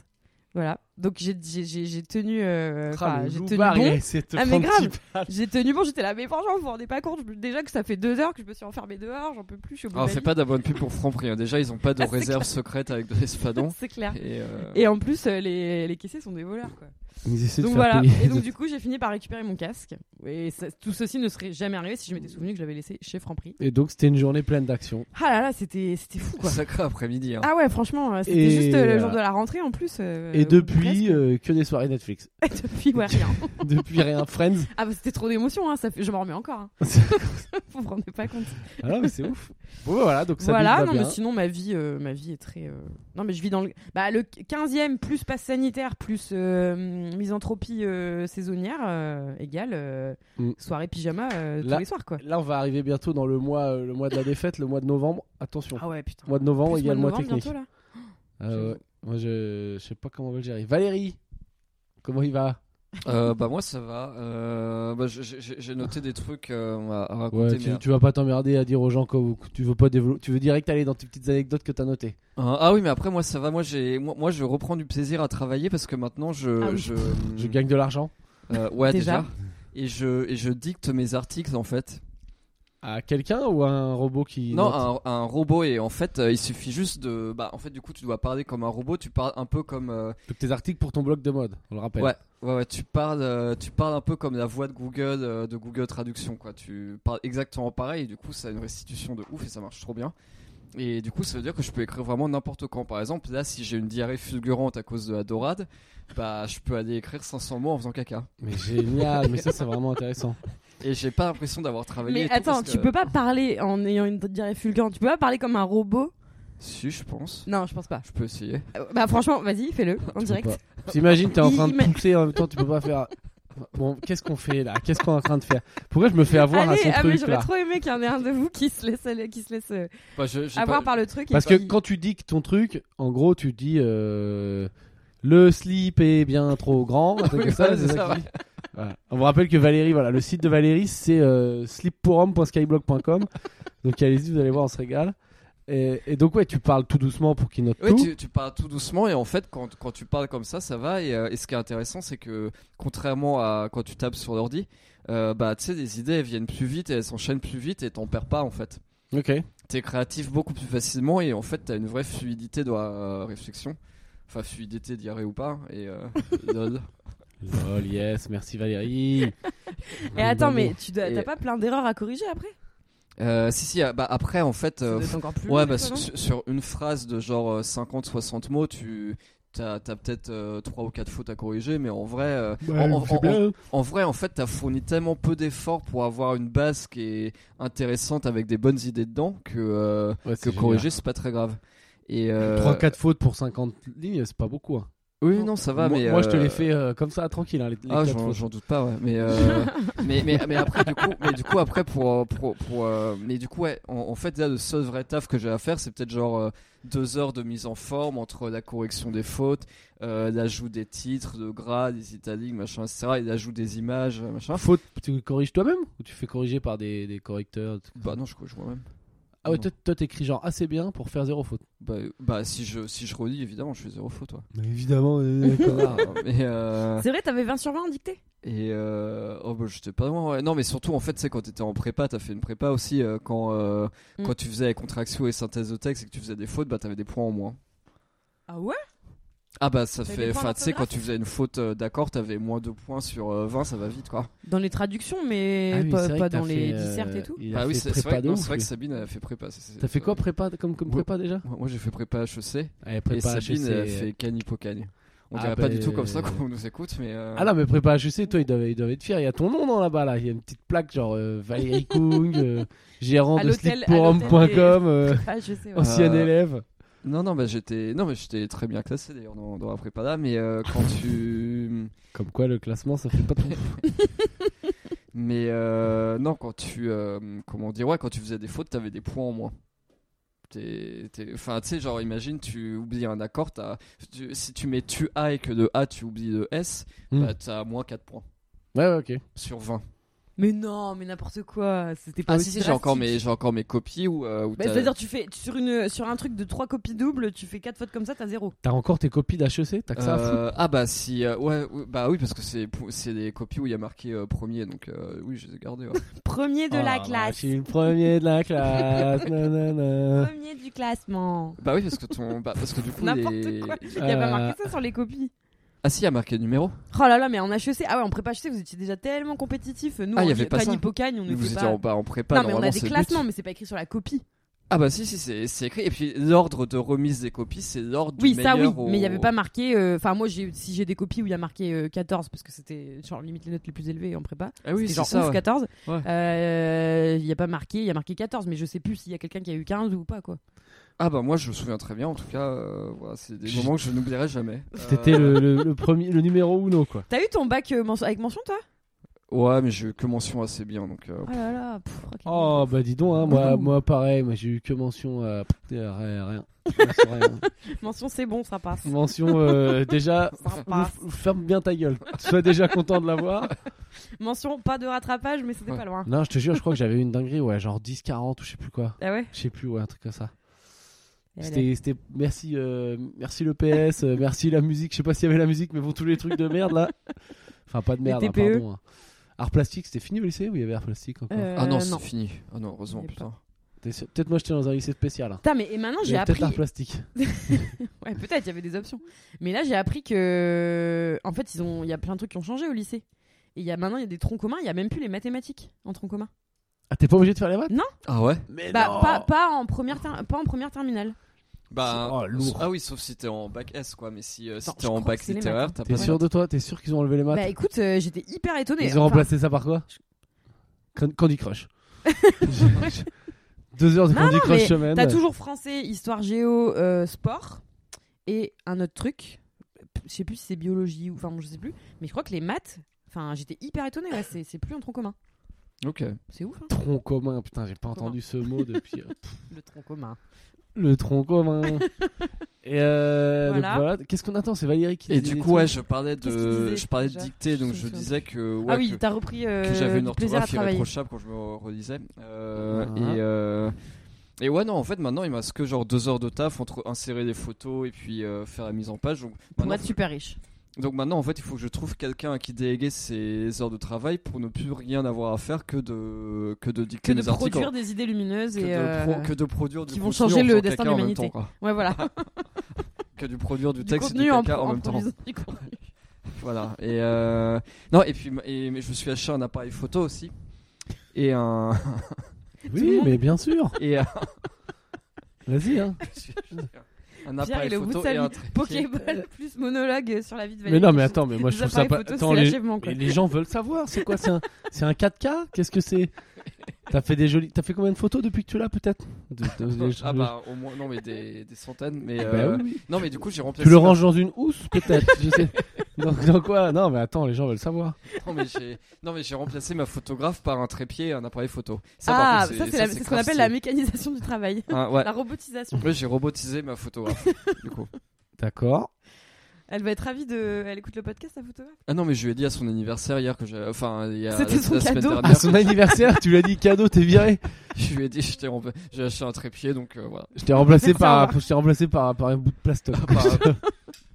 A: Voilà. Donc j'ai- j'ai j'ai- j'ai tenu, euh,
B: Ah,
A: enfin,
B: le
A: j'ai tenu
B: loupard, il a
A: bon.
B: essayé de te
A: Ah, mais
B: prendre
A: grave.
B: 10 balles.
A: J'ai tenu bon. J'étais là, mais franchement, vous vous rendez pas compte je- déjà que ça fait deux heures que je me suis enfermée dehors, j'en peux plus, je suis au bout
C: Alors,
A: de ma
C: Oh, fais
A: vie.
C: pas de la bonne pub pour Franprix. hein. Déjà, ils ont pas de
A: Ah, c'est
C: réserve secrète avec de l'espadon.
A: C'est clair.
C: Et, euh,
A: Et en plus, euh, les, les caissiers sont des voleurs, quoi.
B: Ils essaient de
A: Donc
B: faire
A: voilà.
B: payer.
A: Et donc du coup, j'ai fini par récupérer mon casque. Et ça- tout ceci ne serait jamais arrivé si je m'étais souvenu que je l'avais laissé chez Franprix.
B: Et donc, c'était une journée pleine d'action.
A: Ah là là, c'était c'était fou, quoi.
C: Sacré après-midi. hein.
A: Ah ouais, franchement, euh, c'était
B: Et
A: juste euh, le
B: voilà.
A: jour de la rentrée en plus. euh,
B: Et
A: ou
B: depuis, euh, que des soirées Netflix.
A: presque. depuis, ouais, rien.
B: depuis rien, Friends.
A: Ah bah c'était trop d'émotions, hein, ça fait... je m'en remets encore. hein. vous vous rendez pas compte.
B: Ah, non, mais c'est ouf. Bon, bah, voilà, donc ça
A: voilà,
B: va
A: non
B: bien.
A: mais sinon ma vie, euh, ma vie est très. euh, Non mais je vis dans le. Bah le 15e plus passe sanitaire plus euh, misanthropie euh, saisonnière euh, égale euh,
B: Mm.
A: soirée pyjama euh, tous
B: Là-
A: les soirs quoi.
B: Là, on va arriver bientôt dans le mois, euh, le mois de la défaite, le mois de novembre. Attention.
A: Ah ouais putain.
B: Mois de novembre
A: Plus
B: égale mois,
A: mois de novembre
B: technique.
A: bientôt là.
B: Ah ouais. Moi, je... je sais pas comment on va le gérer. Valérie, comment il va
C: Euh, bah, moi, ça va. Euh, bah, j'ai- j'ai j'ai noté des trucs euh, à, à raconter.
B: Ouais, tu,
C: mais-
B: tu vas pas t'emmerder à dire aux gens que tu veux pas développer. Tu veux direct aller dans tes petites anecdotes que t'as notées.
C: Euh, ah oui, mais après, moi, ça va. Moi, j'ai, moi, moi, je reprends du plaisir à travailler parce que maintenant, je,
A: Ah oui.
C: je,
B: Je gagne de l'argent.
C: Euh, ouais,
A: Déjà.
C: déjà. Et je, et je dicte mes articles en fait.
B: À quelqu'un ou à un robot qui.
C: non,
B: note
C: un, un robot et en fait, euh, il suffit juste de. Bah, en fait, du coup, tu dois parler comme un robot. Tu parles un peu comme. euh,
B: Donc tes articles pour ton blog de mode, on le rappelle.
C: Ouais, ouais, ouais, tu parles, euh, tu parles un peu comme la voix de Google, euh, de Google Traduction, quoi. Tu parles exactement pareil, et du coup, ça a une restitution de ouf et ça marche trop bien. Et du coup, ça veut dire que je peux écrire vraiment n'importe quand. Par exemple, là, si j'ai une diarrhée fulgurante à cause de la dorade, bah, je peux aller écrire 500 mots en faisant caca.
B: Mais génial, mais ça c'est vraiment intéressant.
C: Et j'ai pas l'impression d'avoir travaillé. et
A: Mais
C: tout,
A: attends,
C: parce
A: tu
C: que-
A: peux pas parler en ayant une diarrhée fulgurante. Tu peux pas parler comme un robot.
C: Si, je pense.
A: Non, je pense pas.
C: Je peux essayer.
A: Euh, Bah franchement, vas-y, fais-le en direct.
B: Faut pas. T'imagines, t'es en train de
A: Il-
B: pousser en même temps, tu peux pas faire. Bon, qu'est-ce qu'on fait là Qu'est-ce qu'on est en train de faire Pourquoi je me fais avoir
A: Allez,
B: à son
A: ah, mais
B: truc
A: j'aurais
B: là
A: trop aimé qu'il y en ait un de vous qui se laisse aller- qui se laisse euh,
C: Bah, je- j'ai
A: avoir
C: pas-
A: par le truc. et
B: Parce que
A: qui-
B: quand tu dis que ton truc, en gros, tu dis euh, le slip est bien trop grand. un truc
C: Oui,
B: comme ça,
C: voilà,
B: c'est
C: c'est
B: ça
C: ça,
B: qu'il dit. Voilà. On vous rappelle que Valérie, voilà, le site de Valérie, c'est euh, slipporum.skyblog.com. donc allez-y, vous allez voir, on se régale. Et, et donc ouais, tu parles tout doucement pour qu'il note
C: Oui,
B: tout.
C: tu, tu parles tout doucement et en fait, quand, quand tu parles comme ça, ça va. Et, euh, et ce qui est intéressant, c'est que contrairement à quand tu tapes sur l'ordi, euh, bah tu sais, les idées elles viennent plus vite et elles s'enchaînent plus vite et t'en perds pas en fait.
B: Ok.
C: T'es créatif beaucoup plus facilement et en fait, t'as une vraie fluidité dans la euh, réflexion. Enfin, fluidité, diarrhée ou pas. Et euh, lol.
B: Lol, yes, merci Valérie.
A: Et attends, mais tu dois-
C: Et-
A: t'as pas plein d'erreurs à corriger après
C: Euh, si, si, ah, bah après, en fait.
A: Ça
C: euh,
A: doit être encore plus
C: Ouais,
A: long,
C: bah,
A: toi, non
C: sur, sur une phrase de genre 50-60 mots, tu t'as as, peut-être euh, trois ou quatre fautes à corriger, mais en vrai, euh,
B: Bah,
C: en- en-
B: c'est
C: en-
B: bien, hein.
C: en vrai, en fait, t'as fourni tellement peu d'efforts pour avoir une base qui est intéressante avec des bonnes idées dedans que, euh,
B: Ouais, c'est
C: que
B: génial.
C: corriger, c'est pas très grave. Et euh,
B: 3-4 fautes pour 50 lignes, c'est pas beaucoup. hein.
C: Oui, non, ça va,
B: moi,
C: mais
B: moi, je te
C: euh,
B: les fais euh, comme ça, tranquille. hein, les, les
C: Ah,
B: quatre
C: j'en
B: fautes.
C: j'en doute pas, ouais. Mais, euh, mais, mais, mais après, du coup, mais du coup, après, pour, pour, pour, euh, mais du coup, ouais, en, en fait, là, le seul vrai taf que j'ai à faire, c'est peut-être genre euh, deux heures de mise en forme entre la correction des fautes, euh, l'ajout des titres, de gras, des italiques, machin, etc., et l'ajout des images, euh, machin.
B: Faute, tu corriges toi-même ou tu fais corriger par des, des correcteurs des trucs
C: Bah
B: comme ça
C: non, je corrige moi-même.
B: Ah ouais,
C: non.
B: toi, toi, t'écris genre assez bien pour faire zéro faute.
C: Bah, bah si, je, si je relis, évidemment, je fais zéro faute, ouais.
B: évidemment, Ah.
C: Connard, hein. mais euh,
A: C'est vrai, t'avais 20 sur 20 en dictée
C: Et euh, oh bah j'étais pas loin. ouais. Non mais surtout en fait c'est quand t'étais en prépa, t'as fait une prépa aussi euh, quand euh,
A: Mm.
C: quand tu faisais les contractions et synthèse de texte et que tu faisais des fautes, bah t'avais des points en moins.
A: Ah ouais
C: Ah bah ça
A: T'avais
C: fait,
A: des points
C: enfin tu sais quand
A: d'orthographe
C: tu faisais une faute euh, d'accord, t'avais moins de points sur euh, 20, ça va vite quoi.
A: Dans les traductions, mais pas, pas dans les
B: euh,
A: dissertes et tout.
C: Ah oui c'est c'est vrai,
B: prépa
C: que-
B: de
C: non,
B: ouf,
C: c'est vrai que
B: lui.
C: Sabine elle a fait prépa. c'est- c'est-
B: T'as fait
C: ça-
B: quoi prépa comme, comme
C: Ouais.
B: prépa déjà
C: Moi moi, j'ai fait prépa HEC euh,
B: Allez,
C: et
B: prépa
C: Sabine
B: HEC.
C: elle a fait canipocagne. On
B: Ah
C: dirait
B: bah,
C: pas du tout comme ça
B: euh,
C: qu'on nous écoute mais. euh,
B: Ah non, mais prépa HEC, toi, ils doivent, ils doivent être fiers. Il y a ton nom dans là-bas, là. Il y a une petite plaque genre euh, Valérie Kung, euh, gérant
A: À
B: de
A: l'hôtel- à
B: slipforum.com, euh,
A: Ah, je sais, ouais.
B: ancien
C: Euh,
B: élève.
C: Non non bah j'étais non mais j'étais très bien classé d'ailleurs dans, dans la prépa là mais euh, quand tu
B: Comme quoi, le classement, ça fait pas trop.
C: Mais euh, non, quand tu euh, comment dire ouais, quand tu faisais des fautes, t'avais des points en moins. T'es- t'es- Enfin, tu sais, genre, imagine, tu oublies un accord, t'as- tu- si tu mets tu A et que de A tu oublies de S,
B: Hmm.
C: bah t'as moins 4 points
B: Ouais, ouais, ok.
C: sur 20.
A: Mais non, mais n'importe quoi. C'était pas
C: Ah,
A: aussi
C: si, si, j'ai encore,
A: drastique.
C: mes- j'ai encore mes copies où, euh, où
A: Bah,
C: t'as-
A: C'est-à-dire, tu fais sur, une, sur un truc de 3 copies doubles, tu fais 4 fautes comme ça, t'as zéro.
B: T'as encore tes copies d'HEC T'as que ça à foutre
C: Euh, ah bah si euh, ouais ou- bah oui parce que c'est pou- c'est des copies où il y a marqué euh, premier donc euh, oui je les ai gardées ouais.
A: Premier de
B: Ah,
A: la classe.
B: Je suis le premier de la classe. nanana.
A: Premier du classement.
C: bah oui parce que ton bah, parce que du coup
A: N'importe
C: les-
A: quoi. Il
B: Euh,
A: y a pas marqué ça sur les copies.
C: ah si il y a marqué numéro
A: Oh là là, mais en HEC, ah ouais, en prépa HEC, vous étiez déjà tellement compétitifs. Nous,
C: Ah, il y
A: on
C: avait pas ça.
A: Nipocagne, on
C: vous
A: était
C: étiez
A: pas.
C: en, bah, en prépa
A: Non, mais on a
C: normalement,
A: des
C: c'est le but.
A: classements, mais c'est pas écrit sur la copie.
C: Ah bah si si c'est c'est écrit et puis l'ordre de remise des copies c'est l'ordre du
A: Oui, ça oui,
C: meilleur au-
A: mais il y avait pas marqué. euh, Enfin, moi, j'ai- si j'ai des copies où il y a marqué euh, 14, parce que c'était genre limite les notes les plus élevées en prépa.
C: Ah oui,
A: C'était
C: c'est
A: genre
C: ça.
A: ouf,
C: ouais.
A: 14.
C: Ouais.
A: Euh, Il y a pas marqué, il y a marqué 14, mais je sais plus s'il y a quelqu'un qui a eu 15 ou pas quoi.
C: Ah bah moi je me souviens très bien en tout cas euh, voilà, c'est des moments que je n'oublierai jamais.
B: T'étais le,
C: Euh,
B: le- le premier, le numéro uno, quoi.
A: T'as eu ton bac euh, mention- avec mention toi
C: Ouais, mais j'ai eu que mention assez bien donc euh,
A: Oh là là. pff, ok.
B: Oh, bah dis donc, hein, moi, moi pareil, moi j'ai eu que mention. euh, pff, euh, rien. rien. Mention, rien.
A: Mention, c'est bon, ça passe.
B: Mention, euh, déjà,
A: Ça passe.
B: f- ferme bien ta gueule. Sois déjà content de l'avoir.
A: Mention, pas de rattrapage, mais c'était
C: Ouais.
A: pas loin.
B: Non, je te jure, je crois que j'avais une dinguerie, ouais, genre 10-40 ou je sais plus quoi.
A: Ah ouais
B: Je sais plus, ouais, un truc comme ça.
A: Et allez.
B: C'était, c'était- merci, euh, merci le PS, euh, merci la musique. Je sais pas s'il y avait la musique, mais bon, tous les trucs de merde là. Enfin, pas de
A: Les
B: merde, hein,
A: TPE.
B: pardon. hein. Art plastique, c'était fini au lycée ou il y avait art plastique encore
A: E. Euh,
C: ah non, c'est fini. Ah non, heureusement
A: Il y a
C: putain.
B: T'es sûr Peut-être moi j'étais dans un lycée spécial. Hein.
A: Putain, mais et maintenant
B: Il y
A: j'ai
B: avait
A: appris.
B: Peut-être art plastique.
A: Ouais, peut-être, il y avait des options. Mais là, j'ai appris que. En fait, ils ont... il y a plein de trucs qui ont changé au lycée. Et il y a... maintenant, il y a des troncs communs, il n'y a même plus les mathématiques en tronc commun.
B: Ah, t'es pas obligé de faire les maths
C: Ah ouais
B: Mais
A: Bah, pas, pas, en première ter- pas en première terminale.
C: Bah
B: Oh, lourd.
C: Ah oui, sauf si t'es en bac S quoi, mais si, euh, si
A: Non,
C: t'es
A: je
C: en
A: crois
C: bac
A: que c'est les
C: littéraire,
A: maths,
C: t'as pas
B: T'es sûr de toi T'es sûr qu'ils ont enlevé les maths
A: Bah écoute, euh, j'étais hyper étonnée.
B: Ils ont
A: Enfin,
B: remplacé ça par quoi Can- Candy Crush. Deux heures de Candy
A: non,
B: Crush
A: mais
B: semaine.
A: T'as toujours français, histoire géo, euh, sport et un autre truc. Je sais plus si c'est biologie ou. Enfin, bon, je sais plus. Mais je crois que les maths. Enfin, j'étais hyper étonnée, ouais, c'est c'est plus un tronc commun.
C: Ok.
A: C'est ouf, hein,
B: Tronc commun, putain, j'ai pas entendu ce mot depuis. euh,
A: le tronc commun.
B: Le tronc commun. Et euh, donc
A: Voilà.
B: voilà. Qu'est-ce qu'on attend C'est Valérie qui
C: Et
B: dit
C: du
B: des
C: coup, ouais,
B: trucs.
C: je parlais
A: Qu'est-ce qu'il
C: de
A: disait
C: je parlais de
A: déjà
C: dictée donc
A: Je
C: je
A: me
C: disais que ouais,
A: ah oui,
C: que-
A: t'as repris euh,
C: que j'avais une
A: du plaisir à
C: orthographe
A: travailler.
C: irréprochable quand je me relisais. Euh,
B: Ah.
C: et, euh, et ouais, non, en fait, maintenant, il me reste que genre deux heures de taf entre insérer des photos et puis euh, faire la mise en page. Donc
A: Pour
C: maintenant,
A: être super riche.
C: donc maintenant, en fait, il faut que je trouve quelqu'un à qui déléguer ses heures de travail pour ne plus rien avoir à faire que de, que de
A: que
C: dicter
A: de
C: des articles.
A: produire des idées lumineuses
C: que,
A: et
C: de
A: euh,
C: pro- que de produire du
A: qui vont
C: contenu
A: changer
C: en
A: le
C: faisant
A: destin de
C: quelqu'un en même
A: l'humanité.
C: temps, quoi.
A: ouais voilà
C: Que de produire du
A: du
C: texte et
A: contenu
C: du
A: en,
C: caca en,
A: en
C: même temps.
A: produisant du contenu.
C: Voilà. Et euh, non, et puis et, mais je me suis acheté un appareil photo aussi. Et un.
A: Tout le
B: Oui,
A: monde-
B: mais bien sûr.
C: Et, un-
B: Vas-y, hein.
C: Un
A: Pierre,
C: appareil
A: il est au bout de
C: photo
A: sa
C: et un
A: vie. Pokéball plus monologue sur la vie de
B: Mais
A: Valérie.
B: non, mais attends, mais moi je
A: Des
B: trouve ça
A: appareils
B: pas.
A: photos,
B: Attends,
A: c'est
B: les...
A: l'achèvement, quoi.
B: mais les gens veulent savoir, c'est quoi C'est un... c'est un 4K Qu'est-ce que c'est T'as fait des jolies. T'as fait combien de photos depuis que tu l'as peut-être De- de- les-
C: Ah bah au moins non mais des, des centaines mais
B: Bah
C: euh,
B: oui.
C: non mais du coup j'ai remplacé
B: Tu le
C: leur-
B: ranges dans une housse peut-être Je sais. Dans, dans quoi Non, mais attends, les gens veulent savoir.
C: non mais j'ai non mais j'ai remplacé ma photographe par un trépied et un appareil photo ça, par
A: Ah,
C: contre,
A: ça, c'est la- c'est ce qu'on
C: grave
A: appelle la
C: stylé.
A: mécanisation du travail.
C: Hein, ouais
A: La robotisation.
C: Ouais, j'ai robotisé ma photographe du coup
B: D'accord.
A: Elle va être ravie de. Elle écoute le podcast, la photographe.
C: ah non mais je lui ai dit à son anniversaire hier que j'ai enfin il y a
A: C'était
C: la,
A: son
C: la semaine
A: cadeau. Ah,
B: À
C: dernière
B: son anniversaire, tu lui as dit cadeau, t'es viré.
C: je lui ai dit je t'ai rempla- j'ai acheté un trépied donc euh, voilà
B: Je t'ai remplacé
A: Merci, au
B: par,
A: revoir.
B: je t'ai remplacé par, par un bout de plastoc.
C: par,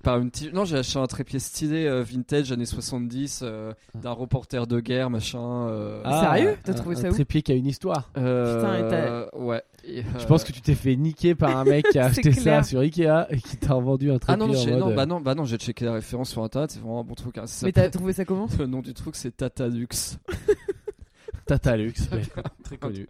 C: par une petite non j'ai acheté un trépied stylé euh, vintage années 70 euh, d'un reporter de guerre machin euh,
B: Ah,
A: Sérieux T'as
B: un-
A: trouvé
B: un
A: ça où
B: trépied qui a une histoire.
A: Putain, et
C: euh,
A: t'as-
C: ouais Et,
B: Je
C: euh,
B: pense que tu t'es fait niquer par un mec qui a
A: C'est
B: acheté ça
A: clair.
B: sur Ikea et qui t'a vendu un trépied
C: Ah non,
B: en
C: j'ai-
B: mode.
C: non,
B: euh,
C: bah non, bah non, j'ai checké la référence sur internet, c'est vraiment un bon truc. hein. Ça
A: Mais t'as
C: s'appelle-
A: trouvé ça comment
C: Le nom du truc, c'est Tatalux.
B: Tata Luxe, ouais. très connu.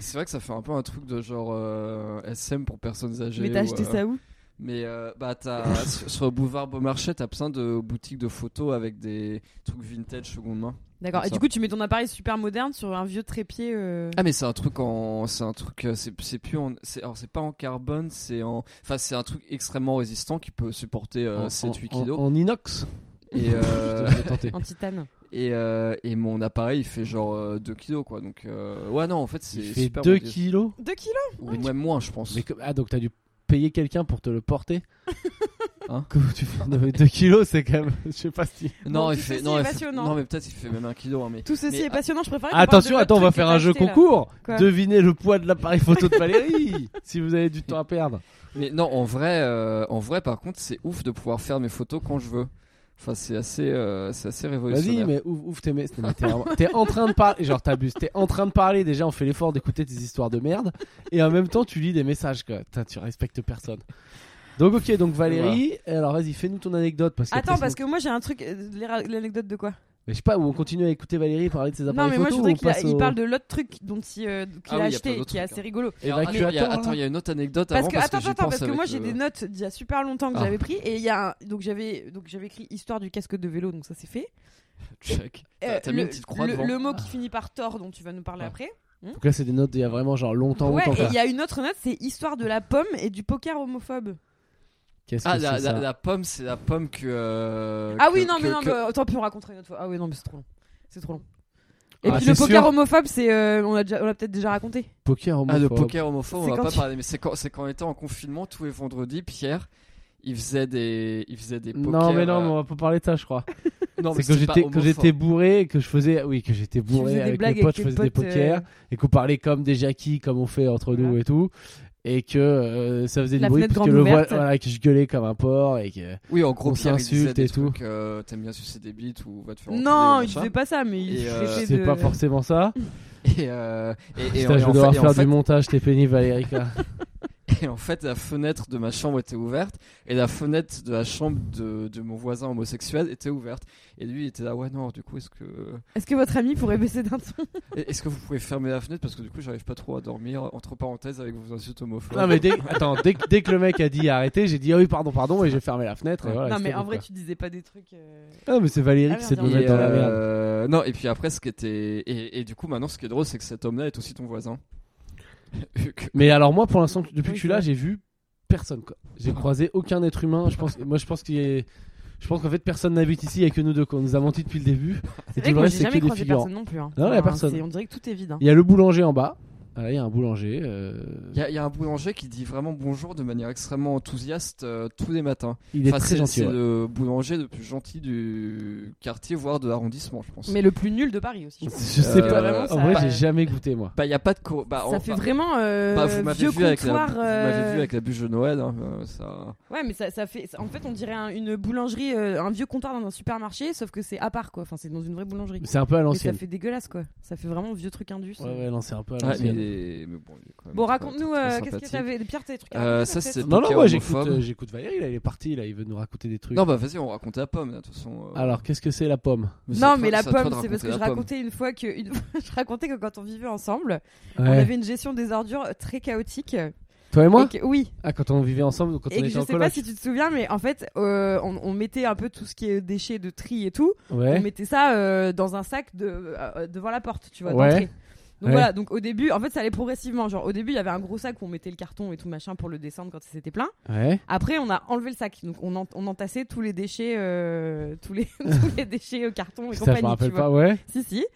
C: C'est vrai que ça fait un peu un truc de genre euh, SM pour personnes âgées.
A: Mais t'as
C: ou,
A: acheté
C: euh,
A: ça où
C: Mais euh, bah t'as sur sur le boulevard Beaumarchais, t'as plein de boutiques de photos avec des trucs vintage seconde main.
A: D'accord.
C: comme
A: Et du
C: ça.
A: coup, tu mets ton appareil super moderne sur un vieux trépied. euh,
C: Ah mais c'est un truc en, c'est un truc, euh, c'est c'est plus en, c'est alors c'est pas en carbone, c'est en, enfin c'est un truc extrêmement résistant qui peut supporter
B: En- en-
C: 7-8
B: en-
C: Euh, kilos.
B: En inox.
C: Et euh,
B: Je vais tenter.
A: En titane.
C: Et, euh, et mon appareil il fait genre euh, 2 kilos quoi donc euh, ouais non en fait c'est
B: Il fait
C: super
B: 2
C: bon.
B: kilos.
A: 2 kilos
C: ou même moins je pense
B: Mais comme- ah donc t'as dû payer quelqu'un pour te le porter
C: Hein
B: Comment tu fais Non mais 2 kilos c'est quand même... Je sais pas si...
A: Bon,
C: non il
A: tout
C: fait
A: ceci
C: non,
A: est
C: il fait-
A: passionnant.
C: non mais peut-être il fait même 1 kilo hein, mais
A: Tout ceci
C: Mais-
A: est passionnant, je préfère. qu'on parle Ah, de
B: Attention,
A: l'autre
B: attends, on va
A: truc
B: faire
A: que t'as
B: un jeu
A: acheté, là.
B: concours
A: Quoi
B: Devinez le poids de l'appareil photo de Valérie Si vous avez du temps à perdre.
C: mais non en vrai euh, en vrai par contre c'est ouf de pouvoir faire mes photos quand je veux enfin c'est assez euh, c'est assez
B: Vas-y,
C: révolutionnaire
B: mais ouvre, ouvre tes mais- mais T'es vraiment- t'es en train de parler, genre t'abuses, t'es en train de parler, déjà on fait l'effort d'écouter tes histoires de merde, et en même temps tu lis des messages, quoi. Putain, tu respectes personne. Donc ok, donc Valérie, eh, alors vas-y, fais-nous ton anecdote. Parce que
A: Attends, parce que moi j'ai un truc. euh, l'era- L'anecdote de quoi
B: Mais je sais pas, où on continue à écouter Valérie parler de ses
A: Non,
B: appareils
A: mais moi je
B: photos,
A: voudrais
B: ou on
A: qu'il a-
B: passe
A: il
B: au-
A: parle de l'autre truc dont il, euh, qu'il
C: Ah oui, il y
A: a
C: a
A: acheté,
C: plein d'autres
A: qui est
C: trucs,
A: assez
C: hein.
A: rigolo.
C: Et alors, attends, il y a-
B: Évacuateur,
C: attends il y a une autre anecdote
A: Parce
C: avant
A: que, attends,
C: j'y
A: attends, parce
C: pense
A: que
C: avec euh,
A: moi
C: le-
A: j'ai des notes d'il y a super longtemps que
C: Ah.
A: j'avais pris et il y a un- donc j'avais donc j'avais écrit histoire du casque de vélo donc ça c'est fait.
C: check
A: Euh,
C: t'as t'as mis
A: le,
C: une petite croix
A: le-
C: devant
A: le mot qui finit par tort dont tu vas nous parler
C: Ah.
A: après.
B: Donc là, c'est des notes d'il y a vraiment genre longtemps,
A: ouais,
B: longtemps.
A: et
B: quoi.
A: il y a une autre note, c'est histoire de la pomme et du poker homophobe.
B: Euh, Qu'est-ce que
C: ah
B: c'est
C: la,
B: ça
C: la, la pomme c'est la pomme que euh,
A: ah
C: que-
A: oui, non, mais
C: que-
A: non,
C: que-
A: mais, tant pis, on racontera une autre fois. Ah oui, non, mais c'est trop long. C'est trop long. Et
B: Ah,
A: puis le
B: c'est
A: poker
B: sûr.
A: homophobe, c'est euh, on l'a déjà- on l'a peut-être déjà raconté.
B: Poker
C: Ah, le
B: homophobe.
C: poker homophobe,
A: C'est
C: on va
A: quand
C: pas
A: tu-
C: parler, mais c'est quand, c'est quand on était en confinement, tous les vendredis, Pierre, il faisait des, il faisait des pokers.
B: Non, mais non,
C: euh,
B: mais on va pas parler de ça, je crois.
C: non, mais
B: C'est que
C: pas
B: j'étais que
C: homophobe.
B: j'étais bourré, et que je faisais, oui, que j'étais
A: Tu faisais
B: bourré avec
A: blagues
B: mes potes, je
A: avec
B: faisais
A: tes
B: des
A: potes, euh,
B: pokers et qu'on parlait comme des jackies, comme on fait entre nous
A: Voilà.
B: et tout, et que euh, ça faisait
A: La
B: du bruit,
A: fenêtre
B: parce que
A: grande
B: le voix-
A: ouverte.
B: voilà, que je gueulais comme un porc et que.
C: Oui, en gros,
B: on
C: Pierre, il disait
B: s'insulte
C: des
B: et tout.
C: trucs, euh, t'aimes bien sucer des bites ou va te faire.
A: Non, il
C: enculer ou
A: faisait pas ça, mais il
C: Et, euh,
A: traitait
B: C'est
A: de-
B: pas forcément ça.
C: machin. Et, euh, et, et,
B: Putain,
C: et
B: je vais
C: en
B: devoir
C: fait, et en
B: faire
C: fait-
B: du montage, t'es pénible, Valérie. Là.
C: et en fait, la fenêtre de ma chambre était ouverte et la fenêtre de la chambre de, de mon voisin homosexuel était ouverte. Et lui, il était là, ouais, non, du coup, est-ce que,
A: Est-ce que votre ami pourrait baisser d'un ton
C: et- est-ce que vous pouvez fermer la fenêtre parce que du coup, j'arrive pas trop à dormir, entre parenthèses, avec vos insultes homophobes.
B: non, mais dès, attends, dès, que- dès que le mec a dit arrêtez, j'ai dit ah oui, pardon, pardon, et j'ai fermé la fenêtre. et voilà,
A: Non, mais
B: c'était
A: en
B: bon,
A: vrai,
B: quoi.
A: tu disais pas des trucs. euh,
B: Ah, mais c'est Valérie
A: Ah,
B: qui s'est de
A: merde,
B: me
A: il y
B: mettre
A: a-
B: dans la merde.
C: euh, Non, et puis après, ce qui était. Et, et du coup, maintenant, ce qui est drôle, c'est que cet homme-là est aussi ton voisin. Vu que-
B: Mais alors moi, pour l'instant, depuis
A: Oui,
B: que je suis
A: c'est
B: là,
A: vrai.
B: j'ai vu personne. quoi. J'ai croisé aucun être humain. Je pense, moi, je pense qu'il est. Je pense qu'en fait personne n'habite ici, il n'y a que nous deux, qu'on nous a menti depuis le début.
A: C'est
B: Et
A: vrai
B: tout
A: que
B: le
A: moi
B: reste,
A: j'ai
B: c'est que
A: jamais
B: des
A: croisé
B: figurants.
A: personne non plus. hein.
B: Non, y a
A: Enfin,
B: personne.
A: c'est- On dirait que tout est vide. hein.
B: Il y a le boulanger en bas. Voilà, il y a un boulanger. euh,
C: Il y, a- il y a un boulanger qui dit vraiment bonjour de manière extrêmement enthousiaste euh, tous les matins.
B: Il est
C: Enfin,
B: très
C: c'est-
B: gentil.
C: C'est
B: ouais.
C: le boulanger le plus gentil du quartier, voire de l'arrondissement, je pense.
A: Mais le plus nul de Paris aussi. je pense.
B: Je sais
C: Euh,
B: pas.
C: vraiment,
B: en
A: ça-
B: vrai,
A: bah,
B: j'ai jamais goûté moi.
C: Bah, il n'y a pas de. co- bah,
A: ça
C: en-
A: fait
C: bah,
A: vraiment euh,
C: bah, vous m'avez
A: vieux
C: vu, avec la-
A: comptoir.
C: vous
A: euh,
C: m'avez vu avec la bûche de Noël. hein, euh, ça...
A: Ouais, mais ça, ça fait. ça- En fait, on dirait un- une boulangerie, euh, un vieux comptoir dans un supermarché, sauf que c'est à part quoi. Enfin, c'est dans une vraie boulangerie.
B: C'est un peu à
A: Et ça
B: l'ancienne.
A: fait Ah, dégueulasse quoi. Ça fait vraiment vieux truc indus.
B: Ouais, ouais, non, c'est un peu à
C: Ouais, Ah, mais,
B: l'ancienne.
C: mais bon, il est quand même
A: Bon,
C: très-
A: raconte-nous
C: très
A: euh, qu'est-ce que
C: sympathique.
A: t'avais. Pierre, t'as des trucs à
C: Euh,
A: raconter,
C: ça,
A: peut-être
C: c'est-
B: Non, non,
C: Poker
B: moi j'écoute,
C: homophobe.
B: euh, j'écoute Valérie. Là, il est parti. Là, il veut nous raconter des trucs.
C: Non, bah vas-y, on raconte la pomme, là, de toute façon. euh.
B: Alors, qu'est-ce que c'est la pomme
C: Mais c'est à
A: Non, mais
C: toi-
A: la
C: c'est à toi de
A: pomme, c'est parce
C: raconter
A: que je
C: la pomme.
A: racontais une fois que. une fois, Je racontais que quand on vivait ensemble, on
B: Ouais.
A: avait une gestion des ordures très chaotique.
B: Toi et moi
A: Et que- oui.
B: Ah, quand on vivait ensemble, ou quand
A: Et
B: on
A: que
B: était
A: je
B: en
A: sais pas
B: coloc.
A: si tu te souviens, mais en fait, euh, on, on mettait un peu tout ce qui est déchets de tri et tout. On
B: Ouais.
A: mettait ça euh, dans un sac de, euh, devant la porte, tu vois,
B: Ouais.
A: d'entrée. Donc
B: Ouais.
A: voilà, donc au début, en fait, ça allait progressivement. Genre, au début, il y avait un gros sac où on mettait le carton et tout machin pour le descendre quand c'était plein.
B: Ouais.
A: Après, on a enlevé le sac, donc on, en- on entassait tous les déchets, euh, tous les, tous les déchets euh, carton et
B: Ça, je me
A: compagnie, tu
B: rappelle
A: vois.
B: pas, ouais.
A: Si, si.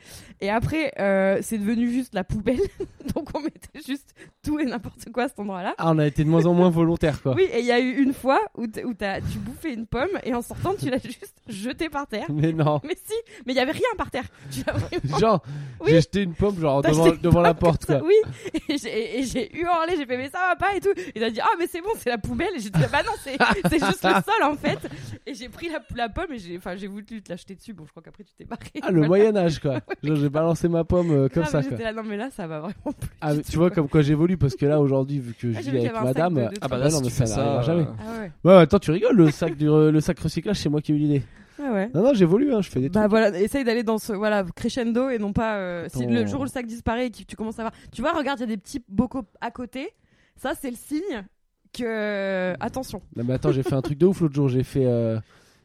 A: Et après, euh, c'est devenu juste la poubelle, donc on mettait juste tout et n'importe quoi à cet endroit-là.
B: Ah, on a été de moins en moins volontaire, quoi.
A: Oui, et il y a eu une fois où, t- où t'as- tu bouffais une pomme et en sortant, tu l'as juste jetée par terre.
B: Mais non.
A: Mais si, mais il y avait rien par terre. Tu l'as vraiment
B: Genre,
A: Oui.
B: j'ai jeté une pomme, genre,
A: T'as
B: devant,
A: jeté une
B: devant la
A: pomme comme
B: porte,
A: ça,
B: quoi.
A: Oui, et j'ai- et j'ai hurlé, j'ai fait mais ça va pas et tout. Il a dit ah mais c'est bon, c'est la poubelle. Et j'ai dit Ah bah non, c'est c'est juste le sol en fait. Et j'ai pris la, la pomme et j'ai enfin j'ai voulu te l'acheter dessus. Bon, je crois qu'après tu t'es barré.
B: Ah, le
A: Voilà.
B: Moyen-Âge, quoi. Genre, j'ai balancé ma pomme euh, comme
A: Grave,
B: ça, quoi.
A: j'étais là, non mais là ça va vraiment plus.
B: Ah,
A: du
B: tu
A: tout,
B: vois,
A: quoi.
B: comme quoi j'évolue, parce que là, aujourd'hui, vu que je
A: Ah, j'ai
B: vis
A: vu qu'il y
B: avec
A: avait un sac
B: madame.
A: de- de
C: Ah bah
A: trucs.
B: Ah
C: là, si
B: non, mais
C: tu fais
B: ça
C: ça,
B: n'arrivera jamais.
C: euh,
A: Ah ouais,
B: Ouais, attends, tu rigoles, le sac, du, le sac recyclage, c'est moi qui ai eu l'idée.
A: ouais, ouais.
B: Non, non, j'évolue, hein, je fais des
A: Bah voilà, essaye d'aller dans ce voilà crescendo et non pas euh, si
B: Attends.
A: le jour où le sac disparaît et que tu commences à voir. Tu vois, regarde, il y a des petits bocaux à côté. Ça c'est le signe que attention.
B: Non mais attends, j'ai fait un truc de ouf l'autre jour. J'ai fait, euh,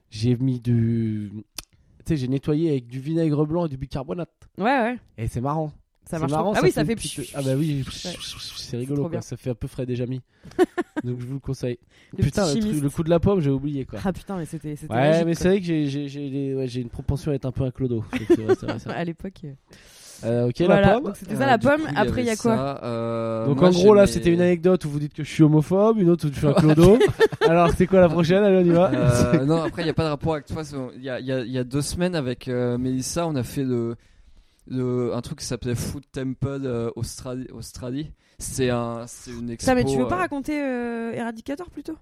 B: j'ai mis du, tu sais, j'ai nettoyé avec du vinaigre blanc et du bicarbonate.
A: Ouais ouais,
B: Et c'est marrant.
A: ça
B: C'est
A: marche.
B: marrant,
A: ah oui, ça
B: une
A: fait.
B: petite- Ah bah oui, c'est rigolo.
A: trop
B: quoi.
A: bien.
B: Ça fait un peu frais déjà mis. Donc je vous le conseille.
A: Le
B: Putain,
A: petit
B: le, truc-
A: chimiste.
B: le coup de la pomme, j'ai oublié quoi.
A: Ah putain, mais c'était. c'était
B: Ouais,
A: magique,
B: mais
A: quoi.
B: c'est vrai que j'ai- j'ai j'ai des- ouais, j'ai une propension à être un peu un clodo. Donc, c'est vrai, c'est vrai, c'est vrai.
A: À l'époque. euh,
B: Euh, ok,
A: voilà.
B: la pomme.
A: Donc c'était ça la
C: du coup,
A: pomme. Après, il y a
C: avait
A: quoi
C: ça, euh,
B: Donc
C: moi,
B: en gros là
C: j'aimais-
B: c'était une anecdote où vous dites que je suis homophobe, une autre où je suis un clodo. Alors c'est quoi la prochaine Allez on y va.
C: Euh, non, après, il n'y a pas de rapport avec toi. c'est- Il y a, il y a- il y a deux semaines, avec euh, Mélissa, on a fait le, le- un truc qui s'appelait Food Temple euh, Australie. Australie. C'est un, c'est une expo.
A: Ça, mais tu veux pas
C: euh,
A: raconter euh, Eradicator plutôt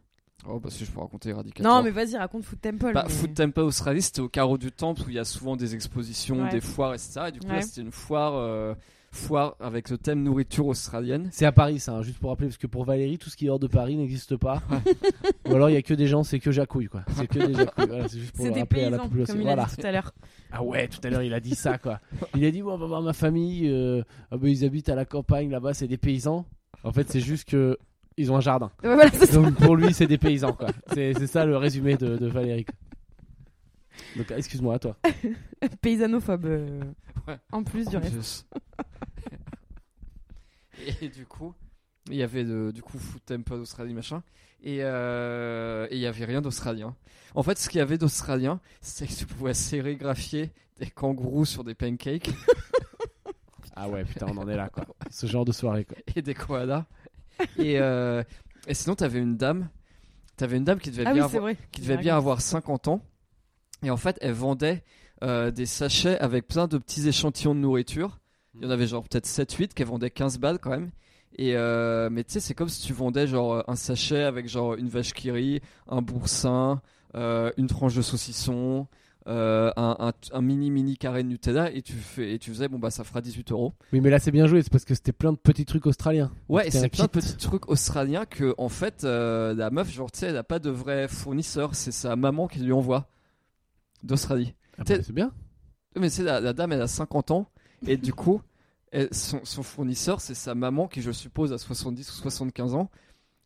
C: Oh, bah si, je peux raconter Eradicator.
A: Non, mais vas-y, raconte Food Temple.
C: Bah,
A: mais-
C: Food Temple Australie, c'était au carreau du temple où il y a souvent des expositions,
A: Ouais.
C: des foires, etc. Et du coup, là,
A: Ouais.
C: c'était une foire, euh, foire avec le thème nourriture australienne.
B: C'est à Paris, ça, hein, juste pour rappeler, parce que pour Valérie, tout ce qui est hors de Paris n'existe pas. Ou alors il y a que des gens, c'est que jacouille, quoi. C'est que des jacouilles. Voilà, c'est juste pour
A: C'est
B: le
A: des
B: rappeler à la
A: paysans, comme
B: population.
A: il
B: Voilà.
A: a dit tout à l'heure.
B: Ah ouais, tout à l'heure il a dit ça, quoi. Il a dit, ouais, on va voir ma famille. euh, ah ben, ils habitent à la campagne, là-bas, c'est des paysans. En fait, c'est juste que ils ont un jardin.
A: Ouais, voilà, c'est ça.
B: Donc pour lui, c'est des paysans, quoi. C'est c'est ça le résumé de, de Valérie. quoi. Donc excuse-moi, à toi.
A: Paysanophobe. euh,
C: Ouais.
A: En plus du reste.
C: et du coup, il y avait le- du coup Food Temple Australie machin, et euh, et il y avait rien d'australien. En fait, ce qu'il y avait d'australien, c'est que tu pouvais sérigraphier des kangourous sur des pancakes
B: Ah ouais, putain, on en est là, quoi. Ce genre de soirée, quoi.
C: et des koalas. et, euh, et sinon, t'avais une dame, t'avais une dame qui devait
A: Ah oui,
C: bien
A: c'est
C: avoir,
A: vrai.
C: qui devait bien avoir 50 ans, et en fait, elle vendait euh, des sachets avec plein de petits échantillons de nourriture. Il y en avait genre peut-être 7-8 qui vendaient 15 balles quand même. Et euh, mais tu sais, c'est comme si tu vendais genre euh, un sachet avec genre une vache qui rit, un boursin, euh, une tranche de saucisson, euh, un, un- un mini mini carré de Nutella et tu, fais, et tu faisais bon bah ça fera 18 euros.
B: Oui, mais là c'est bien joué, c'est parce que c'était plein de petits trucs australiens.
C: Ouais, et
B: C'était un
C: c'est plein de
B: kit.
C: petits trucs australiens que en fait euh, la meuf, genre tu sais, elle a pas de vrai fournisseur, c'est sa maman qui lui envoie d'Australie.
B: Ah
C: T'es-
B: bah, c'est bien.
C: Mais c'est la, la dame, elle a 50 ans, et du coup, elle- son, son fournisseur, c'est sa maman, qui je suppose a 70 ou 75 ans,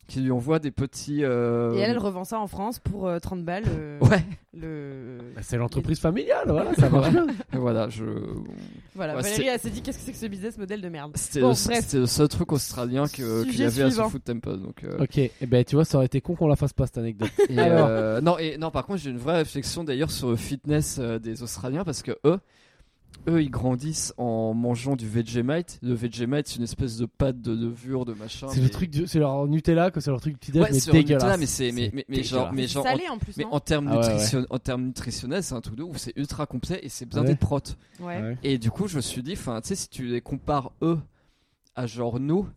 C: qui lui envoie des petits. euh,
A: Et elle, elle revend ça en France pour euh, 30 balles. euh,
C: Ouais,
A: Le...
B: Bah, c'est l'entreprise familiale, voilà, ça marche bien.
C: voilà, je.
A: Voilà,
C: Ouais,
A: Valérie,
C: c'est-
A: elle s'est dit qu'est-ce que c'est que ce business model de merde
C: C'était
A: Bon,
C: le,
A: bref.
C: c'était le seul truc australien que- qu'il y
A: Sujet
C: avait à
A: suivant.
C: ce Food Temple. Donc, euh,
B: Ok, et ben tu vois, ça aurait été con qu'on la fasse pas cette anecdote.
C: et,
B: Alors.
C: euh, non, et, non, par contre, j'ai une vraie réflexion d'ailleurs sur le fitness euh, des Australiens, parce que eux. Eux, ils grandissent en mangeant du Vegemite. Le Vegemite, c'est une espèce de pâte de levure, de machin.
B: C'est
C: mais-
B: le truc, du- c'est leur Nutella, que c'est leur truc petit déj,
C: Ouais,
B: mais
C: sur le
B: dégueulasse.
C: Nutella, mais c'est mais, mais, mais genre,
B: dégueulasse.
C: mais genre,
A: Salé en plus,
C: Mais
A: non
C: en termes,
B: Ah ouais, Ah
C: nutrition- en termes nutritionnels, c'est un truc de ouf, c'est ultra complet et c'est bien
B: Ouais.
C: des protes.
A: Ouais.
C: Et du coup, je me suis dit, enfin, tu sais, si tu les compares eux à genre nous,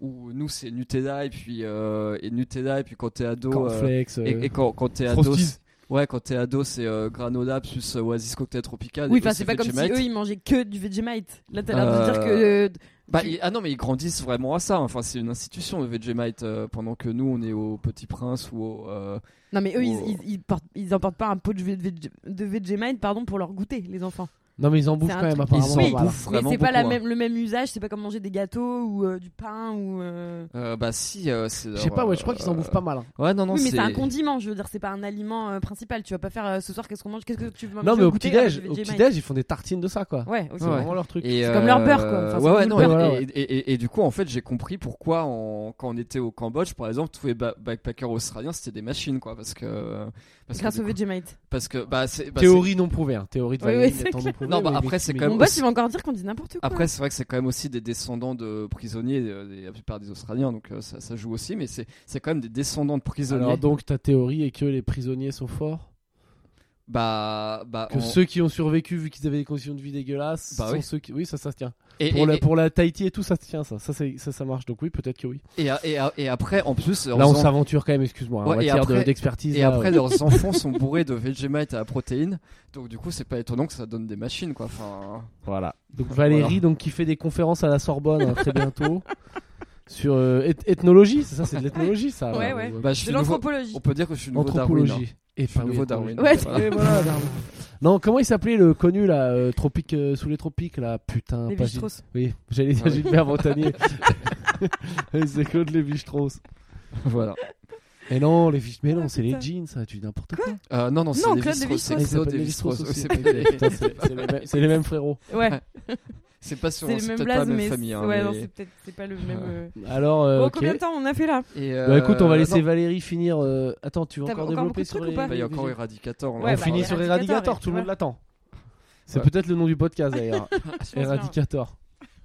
C: où nous c'est Nutella et puis euh, et Nutella et puis quand t'es ado, euh,
B: Cornflakes, euh,
C: et, et quand, quand t'es ado,
B: Frosties.
C: ouais, quand t'es ado, c'est euh, granola plus euh, Oasis cocktail tropical.
A: Oui,
C: et eux,
A: enfin, c'est pas comme si
C: Vegemite.
A: eux, ils mangeaient que du Vegemite. Là, t'as l'air de dire
C: Euh,
A: que.
C: Bah, ils- ah non, mais ils grandissent vraiment à ça. Enfin, c'est une institution le Vegemite euh, pendant que nous on est au Petit Prince ou au. euh,
A: Non, mais eux, ils,
C: Oh.
A: ils, ils, portent, ils emportent pas un pot de, Veg- de Vegemite pardon, pour leur goûter, les enfants.
B: Non, mais ils en bouffent
A: un
B: quand même,
A: truc-
B: apparemment.
A: Oui,
B: en
C: ils
B: bas.
C: bouffent
A: Mais
C: vraiment
A: c'est pas la
C: beaucoup, hein.
A: même, le même usage, c'est pas comme manger des gâteaux ou euh, du pain ou. euh,
C: Euh, bah si, euh, c'est.
B: Je sais pas, ouais, je crois qu'ils en bouffent pas mal. hein.
C: Ouais, non, non,
A: oui, mais
C: c'est
A: c'est un condiment, je veux dire, c'est pas un aliment euh, principal. Tu vas pas faire euh, ce soir, qu'est-ce qu'on mange Qu'est-ce que tu veux manger
B: Non, mais au
A: goûter
B: petit-déj,
A: Ah, bah, du
B: au
A: Vegemite.
B: petit-déj, ils font des tartines de ça, quoi.
A: Ouais, ok.
B: C'est
C: Ouais.
B: vraiment leur truc.
C: Et,
A: C'est comme leur beurre, quoi. Enfin, c'est
C: ouais, ouais,
A: comme
C: non,
A: le
B: beurre.
C: et, et- et- et du coup, en fait, j'ai compris pourquoi, en- quand on était au Cambodge, par exemple, tous les ba- backpackers australiens, c'était des machines, quoi. Parce que. Parce
A: Grâce
C: que,
A: au
C: du coup-
A: Vegemite.
C: parce que bah, c'est. bah,
B: Théorie non prouvée, hein. Théorie de
A: Oui, oui,
B: Valérie,
A: c'est
B: étant non
A: clair.
B: prouvée,
C: Non, bah,
B: mais-
C: après,
B: mais-
C: c'est
B: mais-
C: quand même
A: Mon boss, il va encore dire qu'on dit n'importe
C: c'est-
A: quoi.
C: Après, c'est vrai que c'est quand même aussi des descendants de prisonniers, euh, des- la plupart des Australiens, donc euh, ça, ça joue aussi, mais c'est c'est quand même des descendants de prisonniers.
B: Alors donc ta théorie est que les prisonniers sont forts,
C: bah, bah,
B: que
C: on-
B: ceux qui ont survécu vu qu'ils avaient des conditions de vie dégueulasses,
C: Bah
B: sont
C: oui.
B: ceux qui oui ça ça se tient.
C: et-
B: Pour
C: et-
B: la pour la Tahiti et tout ça se tient ça, ça c'est- ça, ça marche donc oui peut-être que oui.
C: et, et- et après, en plus, en
B: Là on
C: faisant-
B: s'aventure quand même excuse-moi hein,
C: Ouais,
B: en
C: et
B: matière de-
C: après-
B: d'expertise.
C: Et
B: là,
C: après,
B: ouais.
C: leurs enfants sont bourrés de Vegemite à la protéine. Donc, du coup, c'est pas étonnant que ça donne des machines, quoi. Enfin,
B: voilà. Donc Valérie
C: Voilà.
B: donc qui fait des conférences à la Sorbonne hein, très bientôt sur euh, eth- ethnologie, c'est ça c'est de l'ethnologie ça.
A: Ouais,
B: voilà.
A: ouais.
B: Donc,
C: bah, je
A: De
C: suis nouveau-
A: l'anthropologie.
C: On peut dire que je suis nouveau Darwin. hein.
B: Anthropologie. Et
C: suis
B: pas- oui,
C: nouveau
B: anthropologie.
A: Ouais,
C: Darwin. Voilà.
A: c'est-
B: Et voilà, Darwin. Non, comment il s'appelait le connu là, euh, tropique euh, sous les tropiques là, putain,
A: Les
B: pas Gilles-
A: Lévi-Strauss.
B: Oui, j'allais dire
C: Ah oui.
B: Gilbert Montagnier. Et c'est Claude Lévi-Strauss.
C: voilà.
B: Et non, les fiches, mais non,
A: Ah,
B: c'est les
A: putain.
B: jeans, ça, tu dis n'importe quoi.
C: Euh, non, non, c'est
A: Non,
C: Lévi-Strauss,
A: Claude Lévi-Strauss.
B: Ils
C: C'est
B: s'appellent Lévi-Strauss
C: Claude Lévi-Strauss aussi.
B: aussi. Putain, c'est c'est les, mêmes- c'est les mêmes frérots.
A: Ouais,
C: C'est pas sur
A: c'est le
C: c'est
A: même
C: peut-être pas la
A: blaze,
C: même
A: mais.
C: famille.
A: c'est-
C: hein,
A: Ouais, non,
C: mais-
A: c'est peut-être c'est pas le même. euh.
B: Alors, euh,
A: Bon,
B: ok.
A: combien de temps on a fait là
C: Et,
B: Bah écoute, on va
C: euh,
B: laisser
C: non,
B: Valérie finir. euh, Attends, tu veux
A: T'as
B: encore
A: encore beaucoup
B: développer
A: de
B: sur
A: trucs ou
B: les.
A: pas
C: bah, Il y a
B: les
C: encore
B: végés-
C: Eradicator. là.
A: Ouais, bah,
B: on finit sur
A: Eradicator,
B: Eradicator, tout le
A: ouais.
B: monde l'attend. C'est
C: Ouais.
B: peut-être le nom du podcast d'ailleurs.
A: Je pense bien.
B: Eradicator.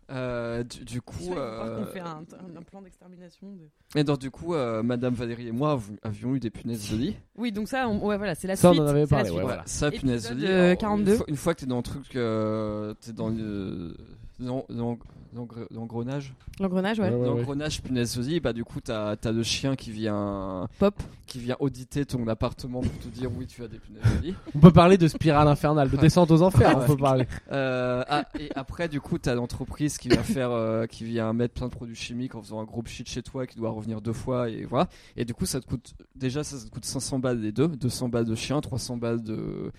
C: Euh, du, du
A: Je sais
C: coup,
A: pas, il va falloir qu'on
C: euh,
A: fait un, un plan d'extermination. de-
C: et donc, du coup, euh, Madame Valérie et moi av- avions eu des punaises de lit.
A: Oui, donc ça, on- ouais, voilà, c'est la
B: Ça, on en
A: suite.
B: avait
A: c'est la
B: parlé,
A: suite.
B: ouais.
C: Ouais,
B: voilà.
C: Ça, punaise de
A: Épisode,
C: lit.
A: euh,
C: alors, une
A: 42.
C: fois- Une fois que t'es dans un truc, euh, t'es dans euh, dans- dans- dans- dans l'engrenage.
A: L'engrenage, ouais.
B: Ouais, ouais, ouais.
C: L'engrenage, punaise de lit, bah du coup, t'as as le chien qui vient
A: Pop.
C: qui vient auditer ton appartement pour te dire oui, tu as des punaises de lit.
B: On peut parler de spirale infernale, de descente aux enfers, on peut parler.
C: Euh, ah, et après, du coup, t'as l'entreprise qui vient faire, euh, qui vient mettre plein de produits chimiques en faisant un gros shit chez toi, qui doit revenir deux fois, et voilà. Et du coup, ça te coûte, déjà, ça te coûte 500 balles les deux, 200 balles de chien, 300 balles de,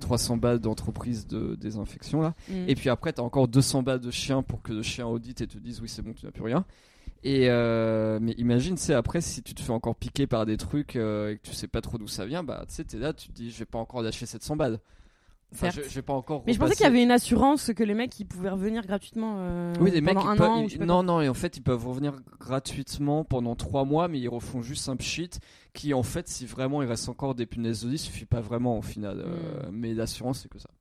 C: 300 balles d'entreprise de désinfection, là.
A: Mm.
C: Et puis après, t'as encore 200 balles de chien pour que le chien audite et te dise oui, c'est bon, tu n'as plus rien. Et euh, mais imagine, c'est après, si tu te fais encore piquer par des trucs euh, et que tu sais pas trop d'où ça vient, bah tu sais, t'es là, tu te dis, je vais pas encore lâcher 700 balles. Enfin,
A: Certes.
C: je, je vais pas encore.
A: Mais je pensais
C: repasser-
A: qu'il y avait une assurance que les mecs ils pouvaient revenir gratuitement euh,
C: Oui, les mecs,
A: pendant
C: ils
A: un
C: peuvent-
A: an.
C: ils-
A: ou je sais pas
C: non, non, et en fait, ils peuvent revenir gratuitement pendant 3 mois, mais ils refont juste un pchit qui, en fait, si vraiment il reste encore des punaises de lit, suffit pas vraiment au final.
A: Hmm.
C: euh, mais l'assurance, c'est que ça.
A: quoi.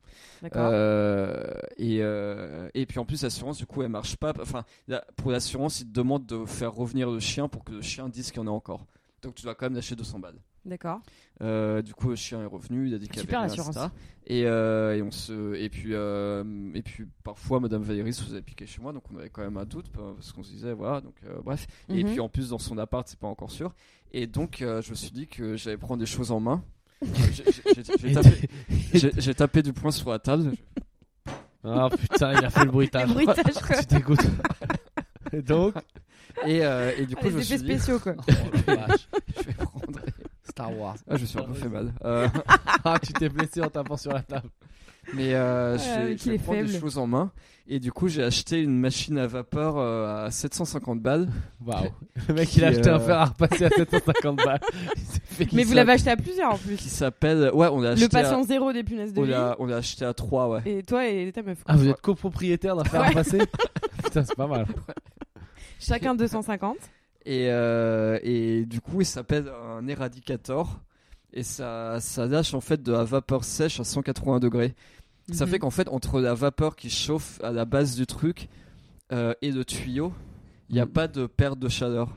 A: D'accord.
C: Euh, et, euh, et puis en plus, l'assurance, du coup, elle marche pas. Enfin, là, pour l'assurance, ils te demandent de faire revenir le chien pour que le chien dise qu'il y en a encore. Donc tu dois quand même lâcher 200 balles.
A: D'accord.
C: Euh, du coup, le chien est revenu, il a dit qu'il avait
A: Super
C: rien,
A: Ah, l'assurance.
C: etc. Et, euh, et on se, et puis, euh, et puis parfois, Madame Valérie se faisait piquer chez moi, donc on avait quand même un doute ben, parce qu'on se disait, voilà, donc euh, bref. Et
A: Mhm.
C: puis en plus, dans son appart, c'est pas encore sûr. Et donc, euh, je me suis dit que j'allais prendre des choses en main. J'ai- j'ai- j'ai- j'ai
B: Et-
C: tapé- J'ai j'ai tapé du poing sur la table.
B: Ah putain, il a fait le bruitage.
A: Les bruitages, quoi.
B: tu dégoûtes. Et donc,
C: Et, euh, et du coup,
A: Ah,
C: je
A: les
C: me
A: effets
C: suis dit,
A: spéciaux quoi.
B: Oh la vache.
C: je vais prendre.
B: Star Wars.
C: Ah, je me suis un peu fait mal. Euh,
B: Ah, tu t'es blessé en tapant sur la table.
C: mais euh, je
A: Ah,
C: vais,
A: mais
C: je
A: qu'il
C: vais
A: est
C: prendre des
A: faible.
C: choses en main. Et du coup, j'ai acheté une machine à vapeur euh, à 750 balles.
B: Waouh. Le mec,
C: Qui,
B: il a acheté un
C: euh,
B: fer à repasser à 750 balles. Il s'est fait
A: Mais
B: glisser
A: vous
B: un-
A: l'avez acheté à plusieurs en plus.
C: Qui s'appelle. Ouais, on l'a acheté.
A: Le
C: à- Oh
A: patient zéro des punaises de
C: On
A: lit.
C: l'a on l'a acheté à 3, ouais.
A: Et toi et ta meuf. quoi.
B: Ah, vous êtes copropriétaire d'un fer à
A: Ouais.
B: repasser Putain, c'est pas mal.
A: Chacun 250.
C: Et, euh, et du coup, il s'appelle un éradicator. Et ça, ça lâche en fait de la vapeur sèche à 180 degrés.
B: Mhm.
C: Ça fait qu'en fait, entre la vapeur qui chauffe à la base du truc euh, et le tuyau, il n'y a
B: Mm.
C: pas de perte de chaleur.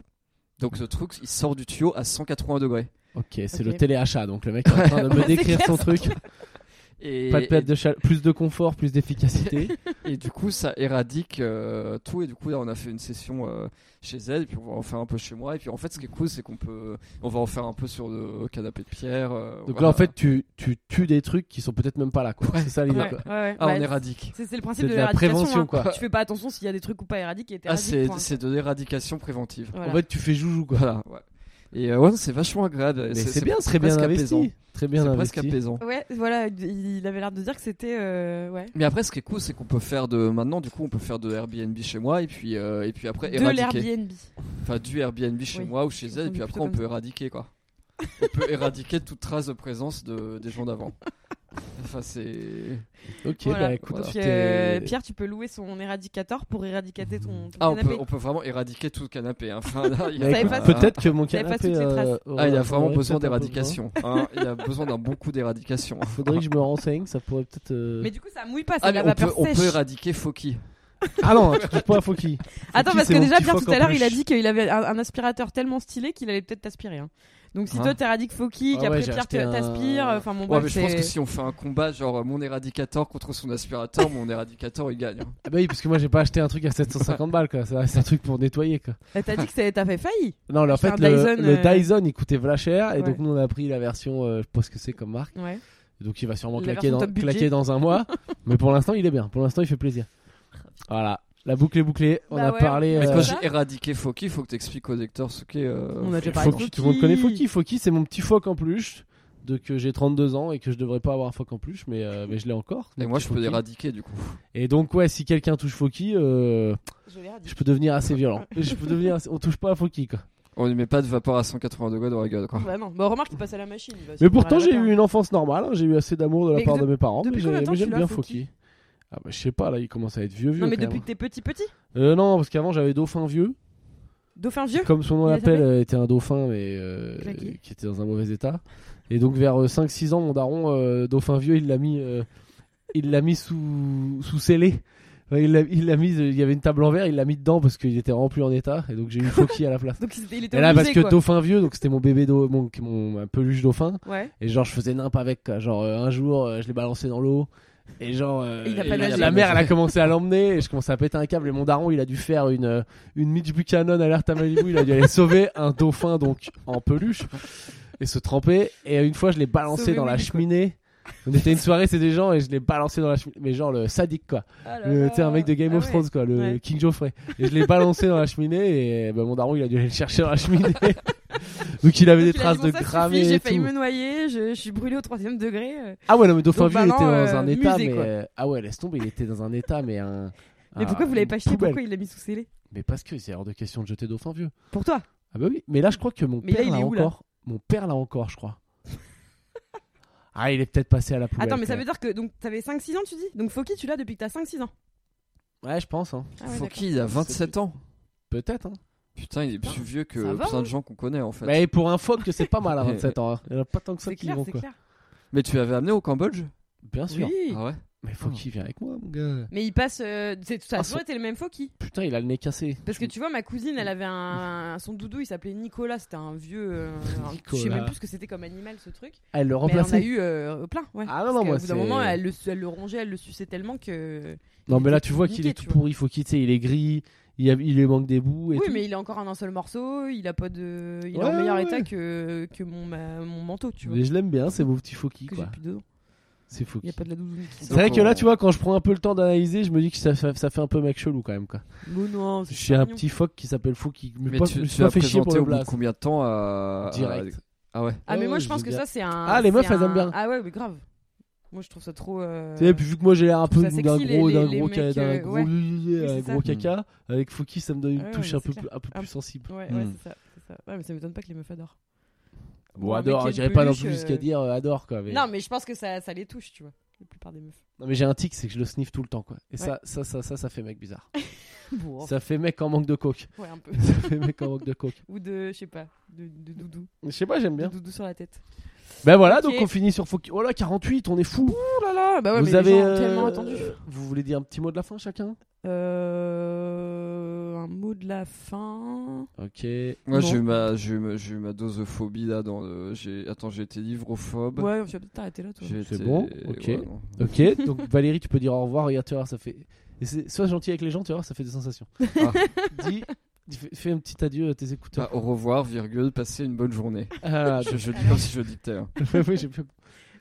C: Donc le truc, il sort du tuyau à 180 degrés.
B: Ok, c'est
A: Ok.
B: le téléachat. Donc le mec est en train de me
A: Ouais, c'est
B: décrire
A: clair,
B: son
A: c'est
B: truc.
C: Et,
B: Pas de perte de chaleur, plus de confort, plus d'efficacité.
C: et, et du coup, ça éradique euh, tout. Et du coup, là, on a fait une session euh, chez elle, et puis on va en faire un peu chez moi. Et puis en fait, ce qui est cool, c'est qu'on peut, on va en faire un peu sur le canapé de pierre. euh,
B: Donc là,
C: voilà.
B: en fait, tu, tu tues des trucs qui sont peut-être même pas là. quoi. C'est ça l'idée.
A: Ouais,
B: quoi.
A: ouais, ouais.
C: ah,
A: Bah,
C: on éradique.
A: c'est c'est le
B: C'est
A: principe
B: de
A: de
B: la
A: l'éradication,
B: prévention,
A: hein.
B: quoi.
A: Tu fais pas attention s'il y a des trucs ou pas éradiqués.
C: Ah,
A: t'éradiques,
C: c'est
A: point.
C: c'est de l'éradication préventive.
A: Voilà.
B: En fait, tu fais joujou, quoi.
C: Voilà. ouais. Et euh, ouais, non, c'est vachement agréable.
B: Mais c'est bien, très bien
C: presque apaisant.
B: investi. Très bien
C: C'est presque
B: investi.
C: apaisant.
A: Ouais, voilà, il avait l'air de dire que c'était. euh, ouais.
C: Mais après, ce qui est cool, c'est qu'on peut faire de maintenant, du coup, on peut faire de Airbnb chez moi et puis euh, et puis après
A: De
C: éradiquer.
A: l'Airbnb.
C: Enfin, du Airbnb chez
A: Oui.
C: moi ou chez elle et
A: Entendu
C: puis après,
A: plutôt
C: on
A: comme
C: peut éradiquer quoi. on peut éradiquer toute trace de présence de, des gens d'avant. Enfin, c'est.
B: Ok,
A: Voilà.
B: bah écoute,
A: Donc,
B: tu
A: euh,
B: t'es-
A: Pierre, tu peux louer son éradicateur pour éradicater ton, ton
C: Ah, on
A: canapé.
C: peut, on peut vraiment éradiquer tout le canapé. hein. Enfin, là, il
B: Bah,
C: y a-
A: savait
B: écoute,
A: pas-
B: Peut-être que mon
A: savait pas
B: canapé.
A: toutes les traces.
B: euh,
C: Ah, il y a
B: aura-
C: vraiment
B: aurait
C: besoin
B: peut-être un peu
C: d'éradication. hein. Il y a besoin d'un bon coup d'éradication. hein.
B: besoin. Faudrait que je me renseigne, ça pourrait peut-être. euh,
A: Mais du coup, ça mouille pas, c'est
C: Ah,
A: de
C: mais
A: la
C: on peut,
A: vapeur
C: on
A: sèche.
C: peut éradiquer Foki.
B: Ah non, tu touches pas à Foki.
A: Attends,
B: Foki,
A: parce
B: c'est
A: que
B: mon
A: déjà,
B: petit
A: Pierre,
B: phoque
A: tout à l'heure,
B: en
A: il a
B: peluche.
A: dit qu'il avait un, un aspirateur tellement stylé qu'il allait peut-être t'aspirer. hein. Donc, si
C: Hein
A: toi, t'éradiques Foki,
B: Ah
A: qu'après
B: ouais, j'ai
A: Pierre
B: acheté
A: te-
B: un-
A: t'aspire, euh, enfin, mon
C: Ouais,
A: bref,
C: mais je pense
A: c'est-
C: que si on fait un combat, genre euh, mon éradicateur contre son aspirateur, mon éradicateur il gagne. hein.
B: Ah bah oui, parce que moi j'ai pas acheté un truc à 750 balles, quoi. Ça, C'est un truc pour nettoyer, quoi.
A: Eh, T'as dit que c'est- t'as fait failli.
B: Non, là, en
A: Acheter
B: fait,
A: un
B: le,
A: Dyson,
B: le
A: euh,
B: Dyson il coûtait vla cher, et
A: Ouais.
B: donc nous on a pris la version, euh, je sais pas ce que c'est comme marque.
A: Ouais.
B: Donc il va sûrement
A: La
B: claquer
A: version
B: dans,
A: top budget.
B: claquer dans un mois. mais pour l'instant, il est bien. Pour l'instant, il fait plaisir. Voilà. La boucle est bouclée. On
A: Bah
B: a
A: ouais,
B: parlé.
A: on
C: Mais
A: fait
B: euh,
C: quand
A: ça
C: j'ai éradiqué Foki, faut que t'expliques au lecteur ce qu'est. euh,
A: On a déjà
C: Foki.
A: parlé.
B: Fauki,
A: Fauki.
B: tout le monde connaît Fauki. Fauki, c'est mon petit phoque en peluche. De que j'ai 32 ans et que je devrais pas avoir un phoque en peluche, mais, euh, mais je l'ai encore.
C: Et
B: mon
C: moi
B: petit
C: je peux
B: Fauki.
C: l'éradiquer du coup.
B: Et donc, ouais, si quelqu'un touche Fauki, euh,
A: Je l'ai
B: je peux devenir assez violent. Je peux devenir assez- On touche pas à Fauki, quoi.
C: On lui met pas de vapeur à 180 degrés dans la gueule quoi.
A: Bah non, bah remarque, il passe à la machine. il va se
B: Mais
A: prendre
B: pourtant,
A: à la
B: j'ai
A: vapeur.
B: eu une enfance normale. hein. J'ai eu assez d'amour de la
A: Mais
B: part
A: de-
B: de mes parents.
A: depuis
B: mais
A: combien
B: j'ai-
A: de temps
B: mais
A: tu
B: j'aime
A: l'as,
B: bien
A: Fauki
B: Fauki. Ah bah, je sais pas, là, il commence à être vieux, vieux.
A: Non, mais
B: quand
A: depuis
B: même.
A: que t'es petit, petit.
B: Euh, non, parce qu'avant, j'avais dauphin vieux.
A: Dauphin vieux
B: comme son nom
A: Il a
B: l'appelle,
A: tapé
B: euh, était un dauphin, mais euh,
A: Claqué.
B: qui était dans un mauvais état. Et donc vers euh, 5-6 ans, mon daron, euh, dauphin vieux, il l'a mis, euh, il l'a mis sous, sous scellé. Enfin, Il l'a- il l'a mis, euh, il y avait une table en verre, il l'a mis dedans parce qu'il était vraiment plus en état. Et donc j'ai eu Foki à la place.
A: Donc, il était- il était
B: Et là,
A: au
B: parce
A: musée,
B: que
A: quoi.
B: dauphin vieux, donc c'était mon bébé, dau- mon, mon ma peluche dauphin.
A: Ouais.
B: Et genre, je faisais nimp avec. quoi. Genre, euh, un jour, euh, je l'ai balancé dans l'eau. Et genre, euh,
A: Il a
B: et
A: pas nagé.
B: la mère, elle a commencé à l'emmener. Et je commençais à péter un câble. Et mon daron, il a dû faire une, euh, une Mitch Buchanan alerte à Malibu. Il a dû aller sauver un dauphin, donc en peluche. Et se tremper. Et une fois, je l'ai balancé
A: Sauver
B: dans la
A: Malibu, quoi.
B: cheminée. On était une soirée, c'est des gens, et je l'ai balancé dans la cheminée. Mais genre, le sadique, quoi.
A: Ah là
B: Le-
A: là.
B: Tu sais, un mec de Game
A: Ah
B: of
A: ouais.
B: Thrones, quoi. Le
A: Ouais.
B: King Geoffrey. Et je l'ai balancé dans la cheminée. Et bah, mon daron, il a dû aller le chercher dans la cheminée. donc, il avait
A: Donc,
B: des
A: il a
B: traces
A: dit, bon,
B: de
A: ça suffit,
B: gramée. et
A: J'ai failli
B: tout.
A: me noyer, je, je suis brûlé au troisième degré. euh.
B: Ah ouais, non, mais Dauphin
A: Donc,
B: Vieux
A: bah
B: il était
A: non,
B: dans
A: euh,
B: un état,
A: musée,
B: mais.
A: quoi.
B: euh, Ah ouais, laisse tomber, il était dans un état, mais un.
A: Mais
B: un-
A: pourquoi vous l'avez pas acheté
B: Ah, poubelle.
A: Pourquoi il l'a mis sous scellé
B: Mais parce que c'est hors de question de jeter Dauphin Vieux.
A: Pour toi
B: Ah bah oui, mais là je crois que mon
A: Mais là,
B: père
A: il
B: l'a
A: est où, là
B: encore. Mon père l'a encore, je crois. ah, il est peut-être passé à la poubelle.
A: Attends, mais ça
B: quand
A: veut dire que donc t'avais 5-6 ans, tu dis Donc Foki, tu l'as depuis que t'as 5-6 ans.
B: même. Ouais, je pense, hein.
A: Ah ouais,
C: Foki il a 27 ans.
B: Peut-être, hein.
C: Putain, il est plus vieux que
A: ça va,
C: plein
A: hein.
C: de gens qu'on connaît en fait. Mais...
B: Mais pour un phoque, c'est pas mal à 27 ans. hein. Il y en a pas tant que ça
A: C'est
B: qui
A: clair,
B: vont,
A: c'est
B: quoi.
A: clair.
C: tu l'avais amené au Cambodge
B: Bien sûr.
A: Oui.
C: Ah ouais
B: Mais faut qu'il vienne avec moi, mon gars.
A: Mais il passe. euh, c'est- ça a
B: Ah,
A: toujours
B: son-
A: été le même Foki.
B: Putain, il a le nez cassé.
A: Parce que tu vois, ma cousine,
B: Mm.
A: elle avait un. Son doudou, il s'appelait Nicolas. C'était un vieux. euh, un- Je sais
B: Nicolas.
A: même plus ce que c'était comme animal, ce truc.
B: Ah, Elle le
A: Mais elle en a
B: remplaçait.
A: eu euh, plein, ouais.
B: Ah non,
A: Parce qu'au
B: non, moi
A: bout d'un
B: c'est-
A: moment, elle le, elle le rongeait, elle le suçait tellement que.
B: Non, mais là
A: était
B: tu vois
A: tout
B: qu'il est
A: niqué,
B: tout
A: tu vois.
B: pourri. Faut qu'il tu sais, il est gris. Il, y a- il lui manque des bouts. Et
A: Oui,
B: tout.
A: mais il est encore en un seul morceau, il a pas de. Il est
B: Ouais,
A: en meilleur
B: ouais,
A: état
B: ouais.
A: que, que mon, ma- mon manteau, tu vois.
B: Mais je l'aime bien, c'est mon petit Fauki
A: Que j'ai
B: quoi.
A: plus dedans.
B: C'est
A: Il
B: Fauki.
A: n'y a pas de la doudoune qui
B: C'est vrai
C: Donc,
B: que
C: on-
B: là, tu vois, quand je prends un peu le temps d'analyser, je me dis que ça, fait- ça fait un peu mec chelou quand même quoi.
A: Bon, Oh non, c'est
B: J'ai
A: pas
B: un
A: mignon.
B: petit phoque qui s'appelle Fauki. Mais,
C: Mais
B: pas, je
C: tu,
B: me
C: tu
B: suis pas
C: l'as
B: fait chier pour
C: présenté
B: le
C: au bout de
B: blast.
C: combien de temps à. à-
B: Direct.
C: Ah ouais.
A: Ah, mais
B: Ouais,
A: moi,
B: ouais,
A: je pense
B: je
A: que
B: veux
A: ça, c'est un.
B: Ah, les
A: c'est
B: meufs, elles
A: un-
B: aiment bien.
A: Ah, ouais, mais grave. Moi, je trouve ça trop. euh,
B: Tu sais, puis vu que moi j'ai l'air un
A: je trouve
B: peu
A: ça
B: d'un
A: sexy, les-
B: gros, d'un
A: les- les
B: gros, ca-
A: mecs,
B: d'un
A: euh,
B: gros,
A: ouais.
B: lili-
A: Oui,
B: un
A: c'est
B: gros
C: ça.
B: caca, avec Fauki ça me donne
A: Ah
B: une
A: ouais,
B: touche
A: mais
B: un peu
A: c'est
B: plus, un peu
A: Ah.
B: plus sensible.
A: Ouais, ouais,
C: Hmm.
A: c'est ça. c'est ça. Ouais, mais ça m'étonne pas que les meufs adorent.
B: Bon,
A: Ouais, un mec
B: adore,
A: qui a
B: hein,
A: une
B: j'irai pas non
A: peluche,
B: plus jusqu'à
A: euh,
B: dire euh, adore quoi. Mais...
A: Non, mais je pense que ça, ça les touche, tu vois. La plupart des meufs.
B: Non, mais j'ai un tic, c'est que je le sniffe tout le temps quoi. Et
A: Ouais.
B: ça, ça, ça, ça, ça fait mec bizarre.
A: Bon,
B: Ça fait mec en manque de coke.
A: ouais, un peu.
B: Ça fait mec en manque de coke.
A: Ou de, je sais pas, de, de doudou.
B: Je sais pas, j'aime
A: De
B: bien.
A: doudou sur la tête.
B: Ben voilà,
A: Ok.
B: donc on finit sur Fauki. Oh là, 48, on est fou.
A: Oh là là, bah ouais,
B: vous
A: mais
B: avez
A: les gens ont
B: euh,
A: tellement attendu.
B: Vous voulez dire un petit mot de la fin chacun
A: Euh, un mot de la fin.
B: Ok.
C: Moi
A: Non.
C: j'ai eu, ma, j'ai eu ma- j'ai eu ma dose de phobie là. Dans le... j'ai- Attends, j'ai été livrophobe.
A: Ouais, tu vas peut-être t'arrêter là, toi.
C: J'ai
B: C'est
C: été-
B: bon, ok.
C: ouais, non.
B: Ok. Donc Valérie, tu peux dire au revoir. Regarde, tu vois, ça fait. Et c'est- Sois gentil avec les gens, tu vois, ça fait des sensations.
C: Ah.
B: Dis, dis- fais- fais un petit adieu à tes
C: Bah,
B: écouteurs.
C: au revoir, virgule, passez une bonne journée.
B: Ah,
C: Je, je dis
A: Alors-
C: si je dictais. hein.
B: oui, j'ai plus-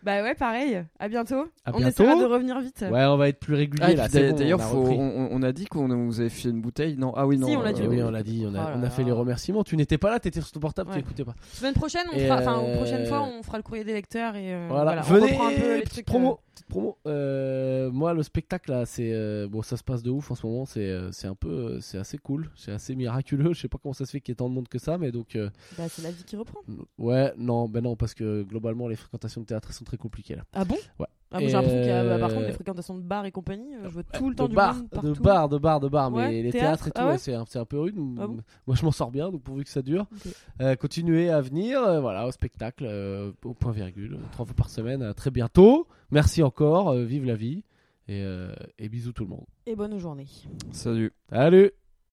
A: Bah ouais, pareil. À bientôt.
B: À
A: on
B: bientôt.
A: essaiera de revenir vite.
B: Ouais, on va être plus régulier
C: Ah,
B: là.
C: puis
B: c'est
C: d'a-
B: bon,
C: D'ailleurs,
B: on a
C: faut-
B: repris.
C: on, on a dit qu'on on vous avait fait une bouteille. Non, ah oui, non.
A: Si, on l'a
C: euh,
A: dit.
B: Eh oui, on l'a dit, on
A: Oh
B: a,
A: là
B: on a fait
A: là.
B: les remerciements. Tu n'étais pas là, t'étais sur ton portable,
A: Ouais.
B: tu n'écoutais pas.
A: Semaine prochaine, on
B: Et
A: fera, enfin,
B: euh,
A: prochaine fois, on fera le courrier des lecteurs et euh,
B: Voilà,
A: voilà, on
B: venez,
A: reprend un peu les
B: petite
A: trucs.
B: promo. petite promo. Euh, moi, le spectacle là, c'est euh, bon, ça se passe de ouf en ce moment. C'est euh, c'est un peu, euh, c'est assez cool, c'est assez miraculeux. Je sais pas comment ça se fait qu'il y ait tant de monde que ça, mais donc euh,
A: euh, Bah, c'est la vie qui reprend.
B: ouais, non, ben non, parce que globalement, les fréquentations de théâtre elles sont très compliquées là.
A: Ah bon
B: Ouais.
A: Ah, moi, j'ai l'impression qu'il y a,
B: Euh,
A: bah, par contre, les fréquentations de bars et compagnie, euh, je vois tout le temps
B: de
A: du
B: bar,
A: monde
B: de
A: partout.
B: bar, de bar, de bar, mais
A: Ouais,
B: les
A: théâtre,
B: théâtres et tout,
A: ah ouais
B: ouais, c'est un, c'est un peu rude.
A: Ah bon
B: Moi, je m'en sors bien, donc pourvu que ça dure.
A: Ok.
B: Euh, continuez à venir, euh, voilà, au spectacle, euh, au point virgule, euh, trois fois par semaine. À très bientôt. Merci encore. euh, vive la vie et, euh, et bisous tout le monde.
A: Et bonne journée.
C: Salut.
B: Salut.